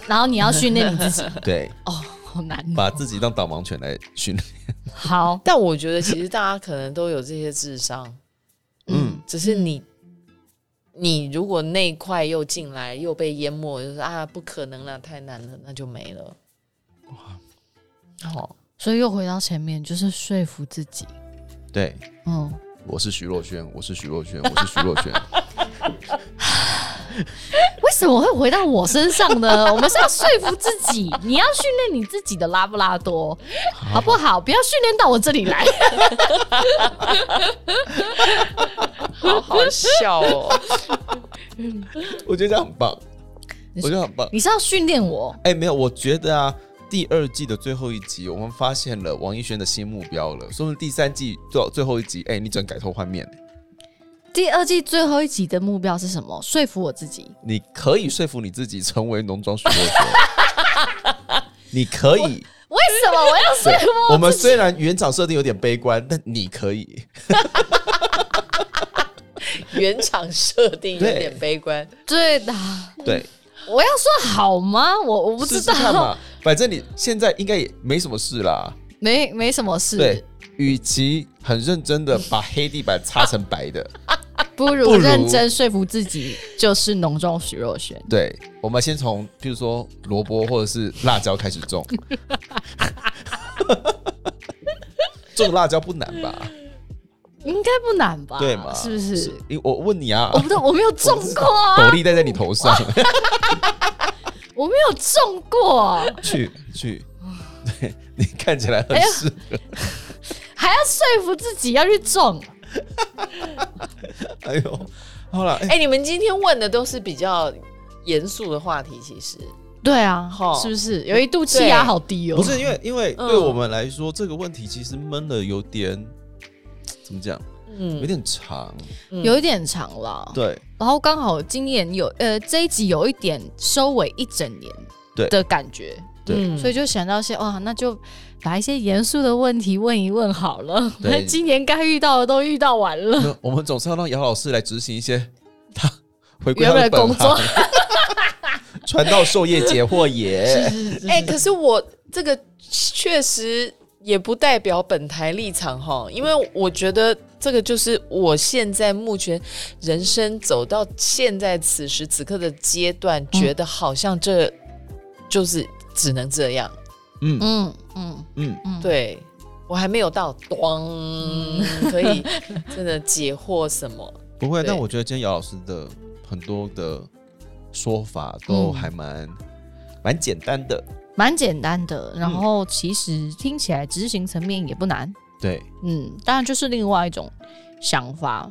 Speaker 1: 然后你要训练你 *laughs* 自己，
Speaker 2: 对，
Speaker 1: 哦，好难哦、
Speaker 2: 把自己当导盲犬来训练。
Speaker 1: 好，
Speaker 3: 但我觉得其实大家可能都有这些智商，
Speaker 2: 嗯，
Speaker 3: 只是你，你如果那一块又进来又被淹没，就是啊，不可能了，太难了，那就没了。哦好、
Speaker 1: 所以又回到前面，就是说服自己，
Speaker 2: 对，
Speaker 1: 嗯，
Speaker 2: 我是徐若瑄，我是徐若瑄，我是徐若瑄。
Speaker 1: 为什么会回到我身上呢？ *laughs* 我们是要说服自己，你要训练你自己的拉布拉多，好不好？不要训练到我这里来。 *laughs*
Speaker 3: 好好笑哦！
Speaker 2: *laughs*
Speaker 3: *laughs*
Speaker 2: 我觉得这样很棒，我
Speaker 1: 你
Speaker 2: 觉得很棒。
Speaker 1: 你是要训练我，
Speaker 2: 哎、没有，我觉得啊，第二季的最后一集，我们发现了王一轩的新目标了，说明第三季最最后一集，哎、你整改头换面，
Speaker 1: 第二季最后一集的目标是什么？说服我自己。
Speaker 2: 你可以说服你自己成为浓妆徐若瑄，
Speaker 1: *laughs*
Speaker 2: 你可以。
Speaker 1: 为什么我要说服
Speaker 2: 我
Speaker 1: 我
Speaker 2: 们虽然原厂设定有点悲观，但你可以。
Speaker 3: 原厂设定有点
Speaker 2: 对哎
Speaker 3: 悲观，
Speaker 1: 对的？
Speaker 2: 对，
Speaker 1: 我要说好吗？我我不知
Speaker 2: 试试
Speaker 1: 道，
Speaker 2: 看嘛，反正你现在应该也没什么事啦。
Speaker 1: 没没什么事
Speaker 2: 对，，与其很认真的把黑地板擦成白 *laughs* 的，
Speaker 1: 不
Speaker 2: 不
Speaker 1: 如
Speaker 2: 如
Speaker 1: 认真说服自己，就是浓妆徐若瑄。
Speaker 2: 对，我们先从譬如说萝卜或者是辣椒开始种。种辣椒不难吧？
Speaker 1: 应该不难吧？
Speaker 2: 对嘛？
Speaker 1: 是不是？
Speaker 2: 因为我问你啊
Speaker 1: 我，不对，我没有
Speaker 2: *laughs*
Speaker 1: 种过
Speaker 2: 斗
Speaker 1: 啊，
Speaker 2: 笠戴在你头上，
Speaker 1: 我没有种过啊，
Speaker 2: *laughs* 去去，对你看起来很适合。
Speaker 1: 还要说服自己要去种。
Speaker 2: 哎呦，好了，哎
Speaker 3: 哎、你们今天问的都是比较严肃的话题，其实
Speaker 1: 对啊
Speaker 3: 吼，
Speaker 1: 是不是有一度气压
Speaker 3: 对
Speaker 1: 好低哦？
Speaker 2: 不是因为因为
Speaker 3: 嗯
Speaker 2: 对我们来说这个问题其实闷了有点怎么讲，有
Speaker 3: 嗯，
Speaker 2: 点长。
Speaker 1: 有一点长了，
Speaker 2: 对，
Speaker 1: 然后刚好今年有呃这一集有一点收尾一整年
Speaker 2: 对
Speaker 1: 的感觉，
Speaker 2: 对
Speaker 3: 嗯
Speaker 1: 所以就想到些哇，那就把一些严肃的问题问一问好了。*laughs*
Speaker 2: 对
Speaker 1: 今年该遇到的都遇到完了，
Speaker 2: 那我们总是要让姚老师来执行一些他回归
Speaker 1: 原
Speaker 2: 他
Speaker 1: 本的
Speaker 2: 本
Speaker 1: 工作
Speaker 2: 行，传道授业解惑也。
Speaker 3: 哎、可是我这个确实也不代表本台立场哈，因为我觉得这个就是我现在目前人生走到现在此时此刻的阶段，觉得好像这就是只能这样。
Speaker 2: 嗯
Speaker 1: 嗯嗯
Speaker 2: 嗯，
Speaker 1: 嗯，，
Speaker 3: 对我还没有到咣可以真的解惑什么。
Speaker 2: 不会。
Speaker 3: 对
Speaker 2: 但我觉得今天姚老师的很多的说法都还蛮、蛮简单的。
Speaker 1: 蛮简单的。
Speaker 3: 嗯
Speaker 1: 然后其实听起来执行层面也不难，
Speaker 2: 对，
Speaker 1: 嗯，当然就是另外一种想法，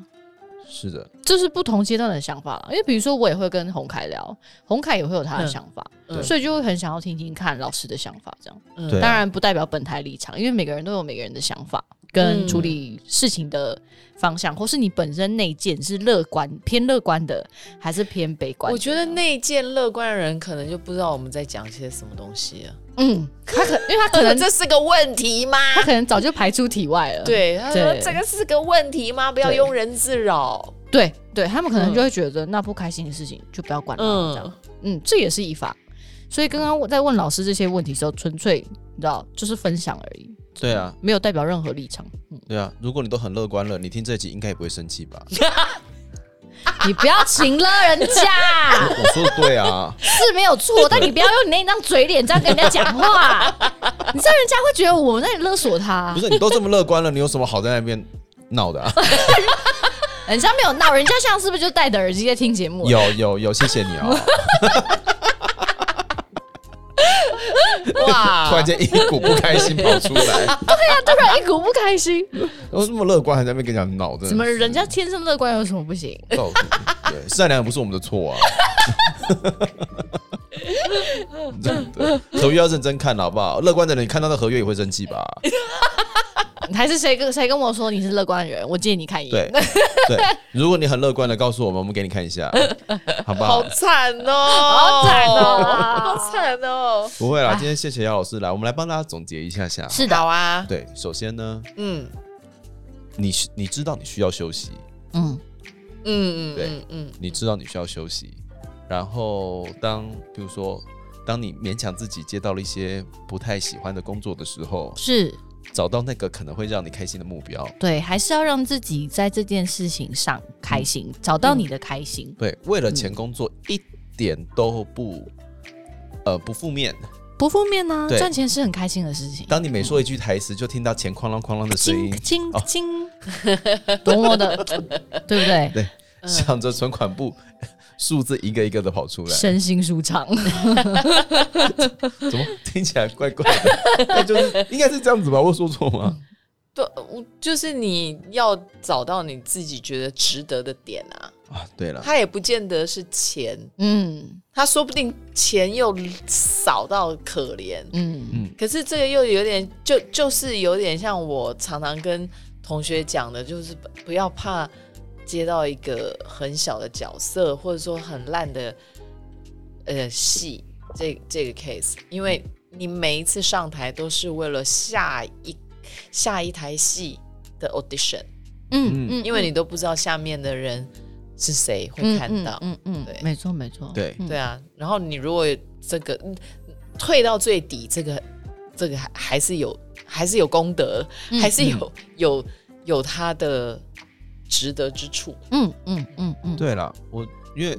Speaker 2: 是的，
Speaker 1: 就是不同阶段的想法了。因为比如说，我也会跟洪凯聊，洪凯也会有他的
Speaker 3: 嗯
Speaker 1: 想法，
Speaker 3: 嗯
Speaker 1: 所以就会很想要听听看老师的想法。这样、
Speaker 3: 嗯
Speaker 2: 对啊
Speaker 1: 当然不代表本台立场，因为每个人都有每个人的想法跟
Speaker 3: 嗯
Speaker 1: 处理事情的方向，或是你本身内建是乐观偏乐观的，还是偏悲观的？
Speaker 3: 我觉得内建乐观的人可能就不知道我们在讲些什么东西了。
Speaker 1: 嗯，他可因为他可
Speaker 3: *laughs*
Speaker 1: 能
Speaker 3: 这是个问题吗？
Speaker 1: 他可能早就排出体外了。
Speaker 3: 对，他说
Speaker 1: 对
Speaker 3: 这个是个问题吗？不要
Speaker 1: 对
Speaker 3: 庸人自扰。
Speaker 1: 对对，他们可能
Speaker 3: 嗯
Speaker 1: 就会觉得、那不开心的事情就不要管了，
Speaker 3: 嗯
Speaker 1: 这样，嗯，这也是一法。所以刚刚我在问老师这些问题的时候，纯粹你知道就是分享而已，
Speaker 2: 对啊，
Speaker 1: 没有代表任何立场。
Speaker 2: 对啊。如果你都很乐观了，你听这集应该也不会生气 *laughs* 吧？
Speaker 1: 你不要请了人家
Speaker 2: 我说的对 *laughs* 啊，
Speaker 1: 是没有错，但你不要用你那张嘴脸这样跟人家讲话，你知道人家会觉得我在勒索他
Speaker 2: 啊 *laughs* 不。是你都这么乐观了，你有什么好在那边闹的、啊？
Speaker 1: 人家没有闹，人家像是不是就戴着耳机在听节目？
Speaker 2: 有有有，谢谢你 *laughs* 哦。
Speaker 3: 哇
Speaker 2: 突然间一股不开心跑出 *laughs* 来，
Speaker 1: 突然一股不开心，
Speaker 2: 我这么乐观还在那边跟你讲闹，真的
Speaker 1: 怎么
Speaker 2: 是
Speaker 1: 人家天生乐观有什么不行？
Speaker 2: 到底哦对，善良也不是我们的错啊。真的，合约要认真看了好不好？乐观的人，你看到那合约也会生气吧？
Speaker 1: 还是谁跟谁跟我说你是乐观的人？我借你看一眼
Speaker 2: 对。对，如果你很乐观的告诉我们，我们给你看一下，好不好
Speaker 3: 好？惨哦，
Speaker 1: 好惨哦
Speaker 3: 好惨哦。
Speaker 2: 不会啦，今天谢谢姚老师来，我们来帮大家总结一下
Speaker 1: *laughs*
Speaker 2: 下。
Speaker 1: 是
Speaker 3: 好
Speaker 1: 的，
Speaker 3: 啊，
Speaker 2: 对，首先呢，
Speaker 3: 嗯
Speaker 2: 你是你知道你需要休息，
Speaker 1: 嗯，
Speaker 3: 嗯嗯
Speaker 2: 对
Speaker 3: 嗯嗯，
Speaker 2: 你知道你需要休息，然后当比如说当你勉强自己接到了一些不太喜欢的工作的时候，
Speaker 1: 是
Speaker 2: 找到那个可能会让你开心的目标。
Speaker 1: 对，还是要让自己在这件事情上开心，找到你的开心。
Speaker 2: 嗯对，为了钱工作一点都不，呃，不负面。
Speaker 1: 不负面呢、
Speaker 2: 对
Speaker 1: 赚钱是很开心的事情。
Speaker 2: 当你每说一句台词，就听到钱哐啷哐啷的声
Speaker 1: 金
Speaker 2: 音，
Speaker 1: 金
Speaker 2: 哦
Speaker 1: 金， *laughs* 多么的，对不对？
Speaker 2: 想着存款簿 *laughs* 数字一个一个的跑出来，
Speaker 1: 身心舒
Speaker 2: *laughs*
Speaker 1: 畅，
Speaker 2: 怎么听起来怪怪的？那就是应该是这样子吧？我说错吗？
Speaker 3: 对，我就是你要找到你自己觉得值得的点啊，
Speaker 2: 啊，对了，
Speaker 3: 它也不见得是钱，
Speaker 1: 嗯
Speaker 3: 他说不定钱又少到可怜，
Speaker 1: 嗯
Speaker 3: 可是这个又有点，就就是有点像我常常跟同学讲的，就是不不要怕接到一个很小的角色，或者说很烂的呃戏，这这个 case，因为你每一次上台都是为了下一下一台戏的 audition，
Speaker 1: 嗯嗯，
Speaker 3: 因为你都不知道下面的人是谁会
Speaker 1: 嗯
Speaker 3: 看到，
Speaker 1: 嗯嗯，嗯
Speaker 3: 对
Speaker 1: 没错没错，
Speaker 2: 对
Speaker 1: 嗯
Speaker 3: 对啊，然后你如果这个嗯退到最底，这个这个还还是有还是有功德，
Speaker 1: 嗯
Speaker 3: 还是有有有它的值得之处。
Speaker 1: 嗯嗯嗯嗯，
Speaker 2: 对了，我因为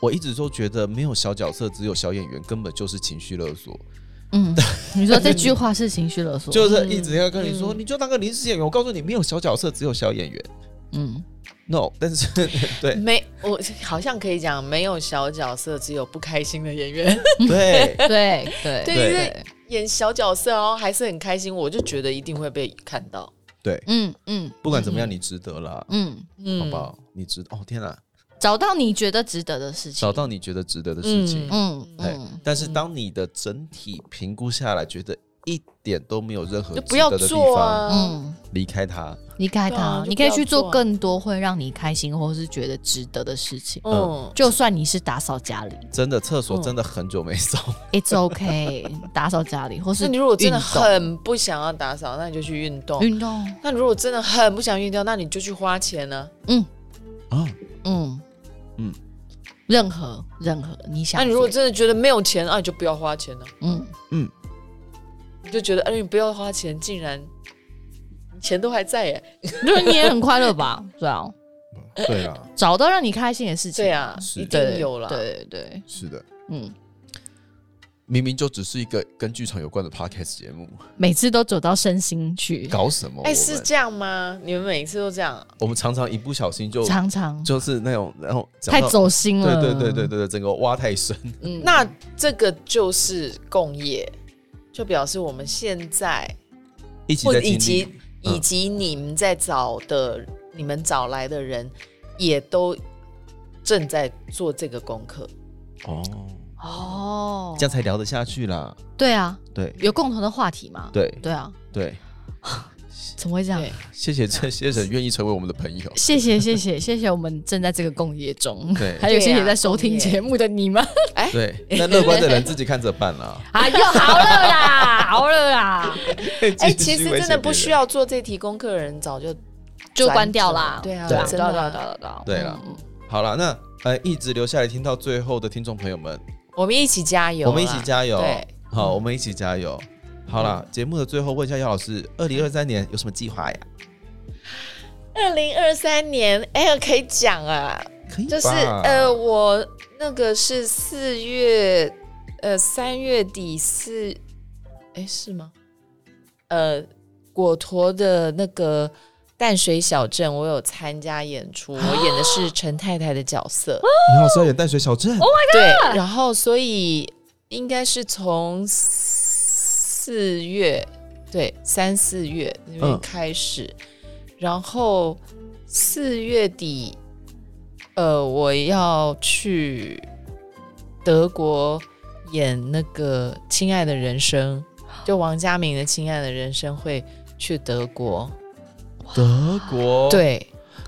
Speaker 2: 我一直都觉得没有小角色，只有小演员，根本就是情绪勒索， *laughs*
Speaker 1: 嗯，你说这句话是情绪勒索，
Speaker 2: 就是一直要跟你说，你就当个临时演员。我告诉你，没有小角色，只有小演员。
Speaker 1: 嗯
Speaker 2: No，但是 *laughs*
Speaker 3: *laughs*
Speaker 2: 对
Speaker 3: 没，我好像可以讲，没有小角色，只有不开心的演员。
Speaker 2: 对，
Speaker 1: 对 *laughs* 对
Speaker 3: 对，因为演小角色哦，还是很开心，我就觉得一定会被看到。
Speaker 1: 嗯嗯，
Speaker 2: 不管怎么样，你值得了，
Speaker 1: 嗯，
Speaker 3: 嗯，
Speaker 2: 好不好？你值哦，天哪！
Speaker 1: 找到你觉得值得的事情，
Speaker 2: 找到你觉得值得的事情。
Speaker 1: 嗯
Speaker 2: 哎
Speaker 1: 嗯，
Speaker 2: 但是当你的整体评估下来，觉得一点都没有任何
Speaker 3: 就
Speaker 2: 值
Speaker 3: 不要
Speaker 2: 得的地
Speaker 3: 做
Speaker 2: 方，
Speaker 3: 啊。
Speaker 1: 嗯，
Speaker 2: 离开它。
Speaker 1: 离开
Speaker 3: 对啊
Speaker 1: 他
Speaker 3: 就，
Speaker 1: 你可以
Speaker 3: 不要
Speaker 1: 去
Speaker 3: 做
Speaker 1: 做
Speaker 3: 啊
Speaker 1: 更多会让你开心或是觉得值得的事情。
Speaker 3: 嗯，
Speaker 1: 就算你是打扫家里
Speaker 2: 真的，厕所
Speaker 3: 嗯
Speaker 2: 真的很久没扫，
Speaker 1: ，it's okay，打
Speaker 3: *laughs*
Speaker 1: 扫家里，或是
Speaker 3: 那你如果真的
Speaker 1: 运动
Speaker 3: 很哦不想要打扫，那你就去运动。
Speaker 1: 运动，
Speaker 3: 那如果真的很不想运动，那你就去花钱呢、
Speaker 2: 啊，
Speaker 1: 嗯
Speaker 2: 嗯
Speaker 1: 嗯，任何任何你想做，
Speaker 3: 那你如果真的觉得没有钱，啊，你就不要花钱了、
Speaker 1: 嗯
Speaker 3: 你就觉得，哎、你不要花钱，竟然钱都还在耶。
Speaker 1: 就是你也很快乐吧？ *laughs* 对啊，
Speaker 2: *laughs* 对啊，
Speaker 1: 找到让你开心的事情，
Speaker 3: 对啊，
Speaker 2: 是
Speaker 3: 一
Speaker 1: 对，
Speaker 3: 定有啦。哎
Speaker 1: 对对对，
Speaker 2: 是的，
Speaker 1: 嗯，
Speaker 2: 明明就只是一个跟剧场有关的 podcast 节目，
Speaker 1: 每次都走到身心去，
Speaker 2: 搞什么？
Speaker 3: 哎、
Speaker 2: 我
Speaker 3: 是
Speaker 2: 们
Speaker 3: 这样吗？你们每一次都这样？
Speaker 2: 我们常常一不小心就
Speaker 1: 常常
Speaker 2: 就是那种，然后讲
Speaker 1: 太
Speaker 2: 到
Speaker 1: 走心
Speaker 2: 对
Speaker 1: 了，
Speaker 2: 对对对对对，整个挖太深，
Speaker 1: 嗯，
Speaker 3: 那这个就是共业，就表示我们现在
Speaker 2: 一起
Speaker 3: 或
Speaker 2: 在
Speaker 3: 以
Speaker 2: 经
Speaker 3: 及、
Speaker 2: 历。嗯
Speaker 3: 以及你们在找的、你们找来的人，也都正在做这个功课。
Speaker 2: 哦，
Speaker 1: 哦
Speaker 2: 这样才聊得下去啦。
Speaker 1: 对啊，
Speaker 2: 对
Speaker 1: 有共同的话题嘛？
Speaker 2: 对
Speaker 1: 对啊，
Speaker 2: 对，
Speaker 1: 怎么会这样
Speaker 3: 对？
Speaker 2: 谢
Speaker 3: *laughs*
Speaker 2: 谢这些人愿意成为我们的朋友。
Speaker 1: 谢谢谢谢 *laughs* 谢谢，我们正在这个共业中，
Speaker 2: 对
Speaker 1: 还有谢
Speaker 3: 对
Speaker 1: 谢
Speaker 3: 啊
Speaker 1: 在收听
Speaker 3: 共业
Speaker 1: 节目的你们，
Speaker 2: 对，啊那乐观的人自己看着办啦。
Speaker 1: 啊，又好了啦，
Speaker 2: *laughs*
Speaker 1: 好了啦，
Speaker 3: *laughs* 哎、
Speaker 2: 哎
Speaker 3: 其实真的不需。要做这题功课的人，早就
Speaker 1: 就关掉啦，
Speaker 3: 对啊
Speaker 2: 对
Speaker 3: 真
Speaker 1: 对
Speaker 3: 的
Speaker 1: 啊
Speaker 3: 啊
Speaker 1: 对啊对啊对啊，
Speaker 2: 对啦好了，那呃，一直留下来听到最后的听众朋友们，
Speaker 3: 我们一起加油啦，
Speaker 2: 我们一起加油
Speaker 3: 对，嗯
Speaker 2: 好，我们一起加油。好啦，节目的最后问一下姚老师，二零二三年有什么计划呀？
Speaker 3: 二零二三年，哎、可以讲啊，
Speaker 2: 可以吧，
Speaker 3: 就是呃，我那个是四月，呃，三月底四，哎、是吗？呃，果陀的那个淡水小镇，我有参加演出，我演的是陈太太的角色。
Speaker 2: 你好，是要演淡水小
Speaker 3: 哦
Speaker 2: 镇，
Speaker 3: 对，然后所以应该是从四月，对，三四月那边
Speaker 2: 嗯
Speaker 3: 开始，然后四月底，呃，我要去德国演那个《亲爱的人生》，就王家明的《亲爱的人生》会去德国，
Speaker 2: 德国，，
Speaker 3: 对，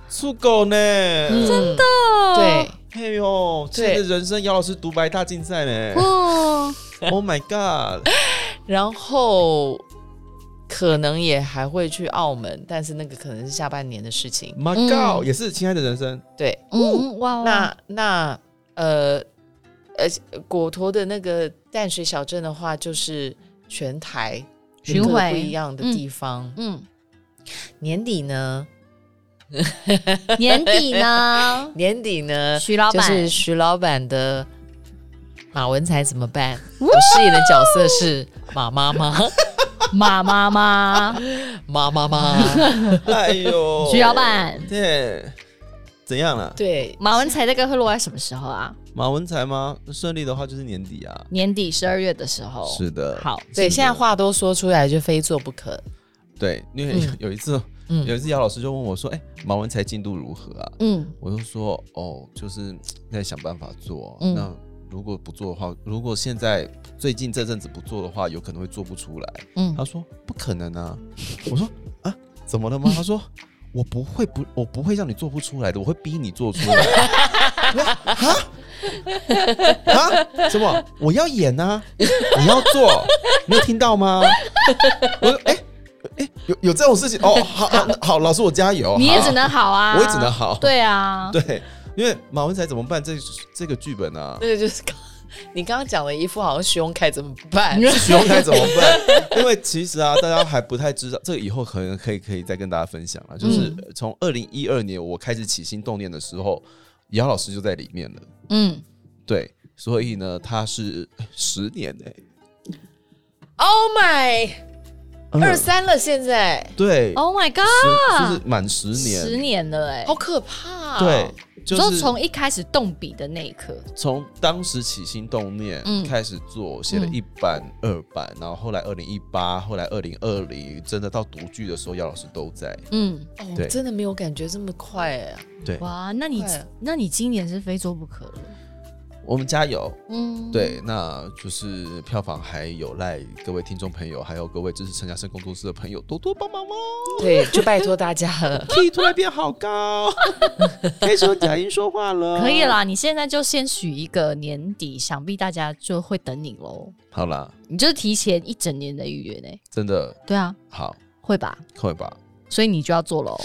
Speaker 2: 出狗呢，
Speaker 3: 真的，
Speaker 1: 嗯
Speaker 3: 对。
Speaker 2: 哎呦，
Speaker 3: 对
Speaker 2: 这是人生姚老师独白大竞赛呢
Speaker 1: 哦，
Speaker 2: ，Oh my god，
Speaker 3: 然后可能也还会去澳门，但是那个可能是下半年的事情。
Speaker 2: My God，、也是亲爱的人
Speaker 3: *laughs*
Speaker 2: 生，
Speaker 3: 对，
Speaker 1: 嗯哇，哇
Speaker 3: 那那呃，而且果陀的那个淡水小镇的话，就是全台
Speaker 1: 巡
Speaker 3: 各个
Speaker 1: 回
Speaker 3: 不一样的地方。
Speaker 1: 嗯，
Speaker 3: 年底呢，，
Speaker 1: 年底呢
Speaker 2: *laughs*
Speaker 3: 年底呢，
Speaker 1: 徐老
Speaker 3: 就
Speaker 1: 板
Speaker 3: 是徐老板的。马文才怎么办？我饰演的角色是马妈妈，
Speaker 1: 马妈妈，
Speaker 3: 马
Speaker 1: *laughs*
Speaker 3: 妈妈。
Speaker 2: 哎呦，
Speaker 1: 徐老，板，
Speaker 2: 对，怎样了？
Speaker 3: 对，
Speaker 1: *laughs* 马文才这个会落在什么时候啊？
Speaker 2: 马文才吗？顺利的话就是年底啊，
Speaker 1: 年底十二月的时候，
Speaker 2: 是的，
Speaker 1: 好，
Speaker 3: 对，
Speaker 2: 是
Speaker 3: 现在
Speaker 2: 的
Speaker 3: 话都说出来，就非做不可。
Speaker 2: 对，因为
Speaker 3: 嗯
Speaker 2: 有一次，
Speaker 3: 嗯
Speaker 2: 有一次姚老师就问我说：“哎、马文才进度如何啊
Speaker 1: 嗯？”
Speaker 2: 我就说：“哦，就是嘖在想办法做。啊
Speaker 1: 嗯
Speaker 2: 那如果不做的话，如果现在最近这阵子不做的话，有可能会做不出来。”
Speaker 1: 嗯
Speaker 2: 他说：“不可能啊！”我说：“啊，怎么了吗？”他说：“我不会不，我不会让你做不出来的，我会逼你做出来。 *laughs* 我说”啊 *laughs* 啊！什么？我要演啊！你要做，没有听到吗？我说：“哎、哎、有有这种事情哦？好好好，老师我加哦油。好”
Speaker 1: 你也只能好啊，
Speaker 2: 我也只能好
Speaker 1: 对啊，
Speaker 2: 对，因为马文才怎么办？这这个剧本啊， *laughs*
Speaker 3: 那个就是刚你刚刚讲的一副好像徐荣凯怎么办？
Speaker 2: 徐荣凯怎么办？因为其实啊，大家还不太知道，这个以后可能可以可以再跟大家分享了。就是呃从二零一二年我开始起心动念的时候，姚老师就在里面了。
Speaker 1: 嗯，
Speaker 2: 对，所以呢，他是十年哎、
Speaker 3: Oh my，二三了，现在
Speaker 2: 对
Speaker 1: Oh my
Speaker 2: 十
Speaker 1: god！
Speaker 2: 就是满十年，
Speaker 1: 十年了哎、
Speaker 3: 好可怕、啊。
Speaker 2: 对，，就
Speaker 1: 就是从一开始动笔的那一刻，
Speaker 2: 从当时起心动念
Speaker 1: 嗯
Speaker 2: 开始做，写了一版、二版，然后后来二零一八，后来二零二零，真的到独剧的时候，姚老师都在。
Speaker 1: 嗯，
Speaker 3: 哦，
Speaker 2: 对
Speaker 3: 真的没有感觉这么快哎、
Speaker 2: *laughs* 对，
Speaker 1: 哇，那你
Speaker 3: 快了
Speaker 1: 那你今年是非做不可了，
Speaker 2: 我们加油。
Speaker 1: 嗯，，
Speaker 2: 对，那就是票房还有赖各位听众朋友，还有各位支持陈嘉生工作室的朋友多多
Speaker 1: *laughs*
Speaker 2: 帮忙哦，
Speaker 3: 对，就拜托大家了。
Speaker 2: T 突然变
Speaker 1: *laughs*
Speaker 2: 好高，开始和贾英说话了，
Speaker 1: 可以。啦，你现在就先许一个年底，想必大家就会等你喽。
Speaker 2: 好啦，
Speaker 1: 你就是提前一整年的预约呢、
Speaker 2: 真的
Speaker 1: 对啊，
Speaker 2: 好，
Speaker 1: 会吧？
Speaker 2: 快吧，
Speaker 1: 所以你就要做
Speaker 2: *laughs*
Speaker 1: 喽，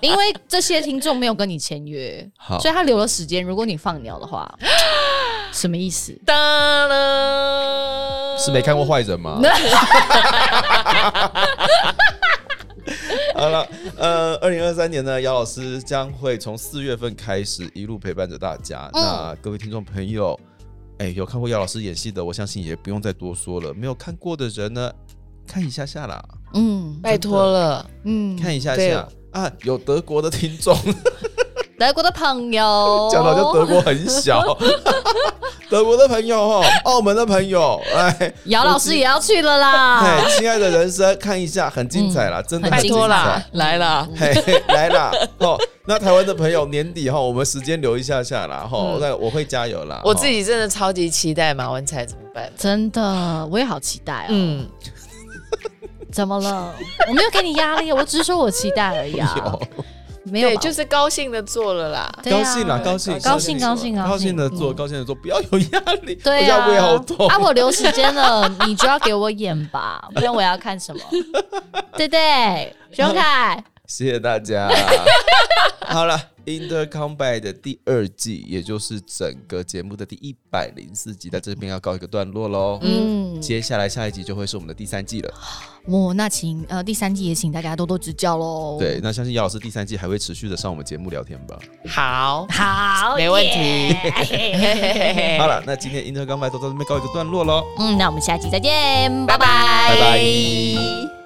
Speaker 1: 因为这些听众没有跟你签约，
Speaker 2: 好
Speaker 1: 所以他留了时间。如果你放鸟的
Speaker 2: *gasps*
Speaker 1: 话，什么意思？
Speaker 3: 当了，
Speaker 2: 是没看过坏人
Speaker 3: *laughs*
Speaker 2: 吗？好了，呃，二零二三年呢，姚老师将会从四月份开始一路陪伴着大家。
Speaker 1: 嗯
Speaker 2: 那各位听众朋友，哎、有看过姚老师演戏的，我相信也不用再多说了。没有看过的人呢，看一下下啦，
Speaker 1: 嗯
Speaker 3: 拜托了。
Speaker 1: 嗯，
Speaker 2: 哎看一下
Speaker 3: 对哦
Speaker 2: 下啊。有德国的听众，，
Speaker 1: 德国的朋友
Speaker 2: 讲到就德国很
Speaker 3: *laughs*
Speaker 2: 小，德国的朋友哦，澳门的朋友，哎，
Speaker 1: 姚老师也要去了
Speaker 2: 哎
Speaker 1: 啦。，
Speaker 2: 亲爱的人生，看一下，很精彩啦，真的
Speaker 1: 很
Speaker 2: 很
Speaker 3: 嗯拜
Speaker 2: 精
Speaker 3: 托
Speaker 2: 彩嗯
Speaker 3: 啦。，来啦！
Speaker 1: *laughs*
Speaker 2: 嘿，来啦！哦，那台湾的朋友，年底哈，我们时间留一下下啦哈，
Speaker 3: 嗯
Speaker 2: 那我会加油啦。
Speaker 3: 我自己真的超级期待马文才怎么办。
Speaker 1: 真的，我也好期待哦。
Speaker 3: 嗯，
Speaker 1: 怎么了？我没有给你压力，我只是说我期待而已
Speaker 2: *laughs* 哈
Speaker 1: 啊。没有
Speaker 3: 对，
Speaker 1: 吧，
Speaker 3: 就是高兴的做了啦。
Speaker 1: 对啊
Speaker 2: 高兴啦，高兴，
Speaker 1: 高兴高兴
Speaker 2: 高兴的做，
Speaker 1: 嗯
Speaker 2: 高兴的做，不要有压力，
Speaker 1: 对
Speaker 2: 我现在胃
Speaker 1: 啊
Speaker 2: 好痛。
Speaker 1: 啊，我留时间了，你就要给我演吧，不然我要看
Speaker 2: *laughs*
Speaker 1: 什么？对不对，徐荣凯，
Speaker 2: *laughs*
Speaker 1: *laughs*
Speaker 2: 谢谢大家。好了，《Inter Combat》的第二季，也就是整个节目的第一百零四集，在这边要告一个段落喽。
Speaker 1: 嗯，
Speaker 2: 接下来下一集就会是我们的第三季了。
Speaker 1: 我那请呃第三季也请大家多多指教喽。
Speaker 2: 对，，那相信姚老师第三季还会持续的上我们节目聊天吧。 *laughs*
Speaker 3: 好，
Speaker 1: 好，
Speaker 3: 没问题
Speaker 1: *laughs* 耶
Speaker 2: 好了，那今天《Inter Combat》都到这边告一个段落喽。
Speaker 1: 嗯，那我们下期再见，拜拜，
Speaker 2: 拜拜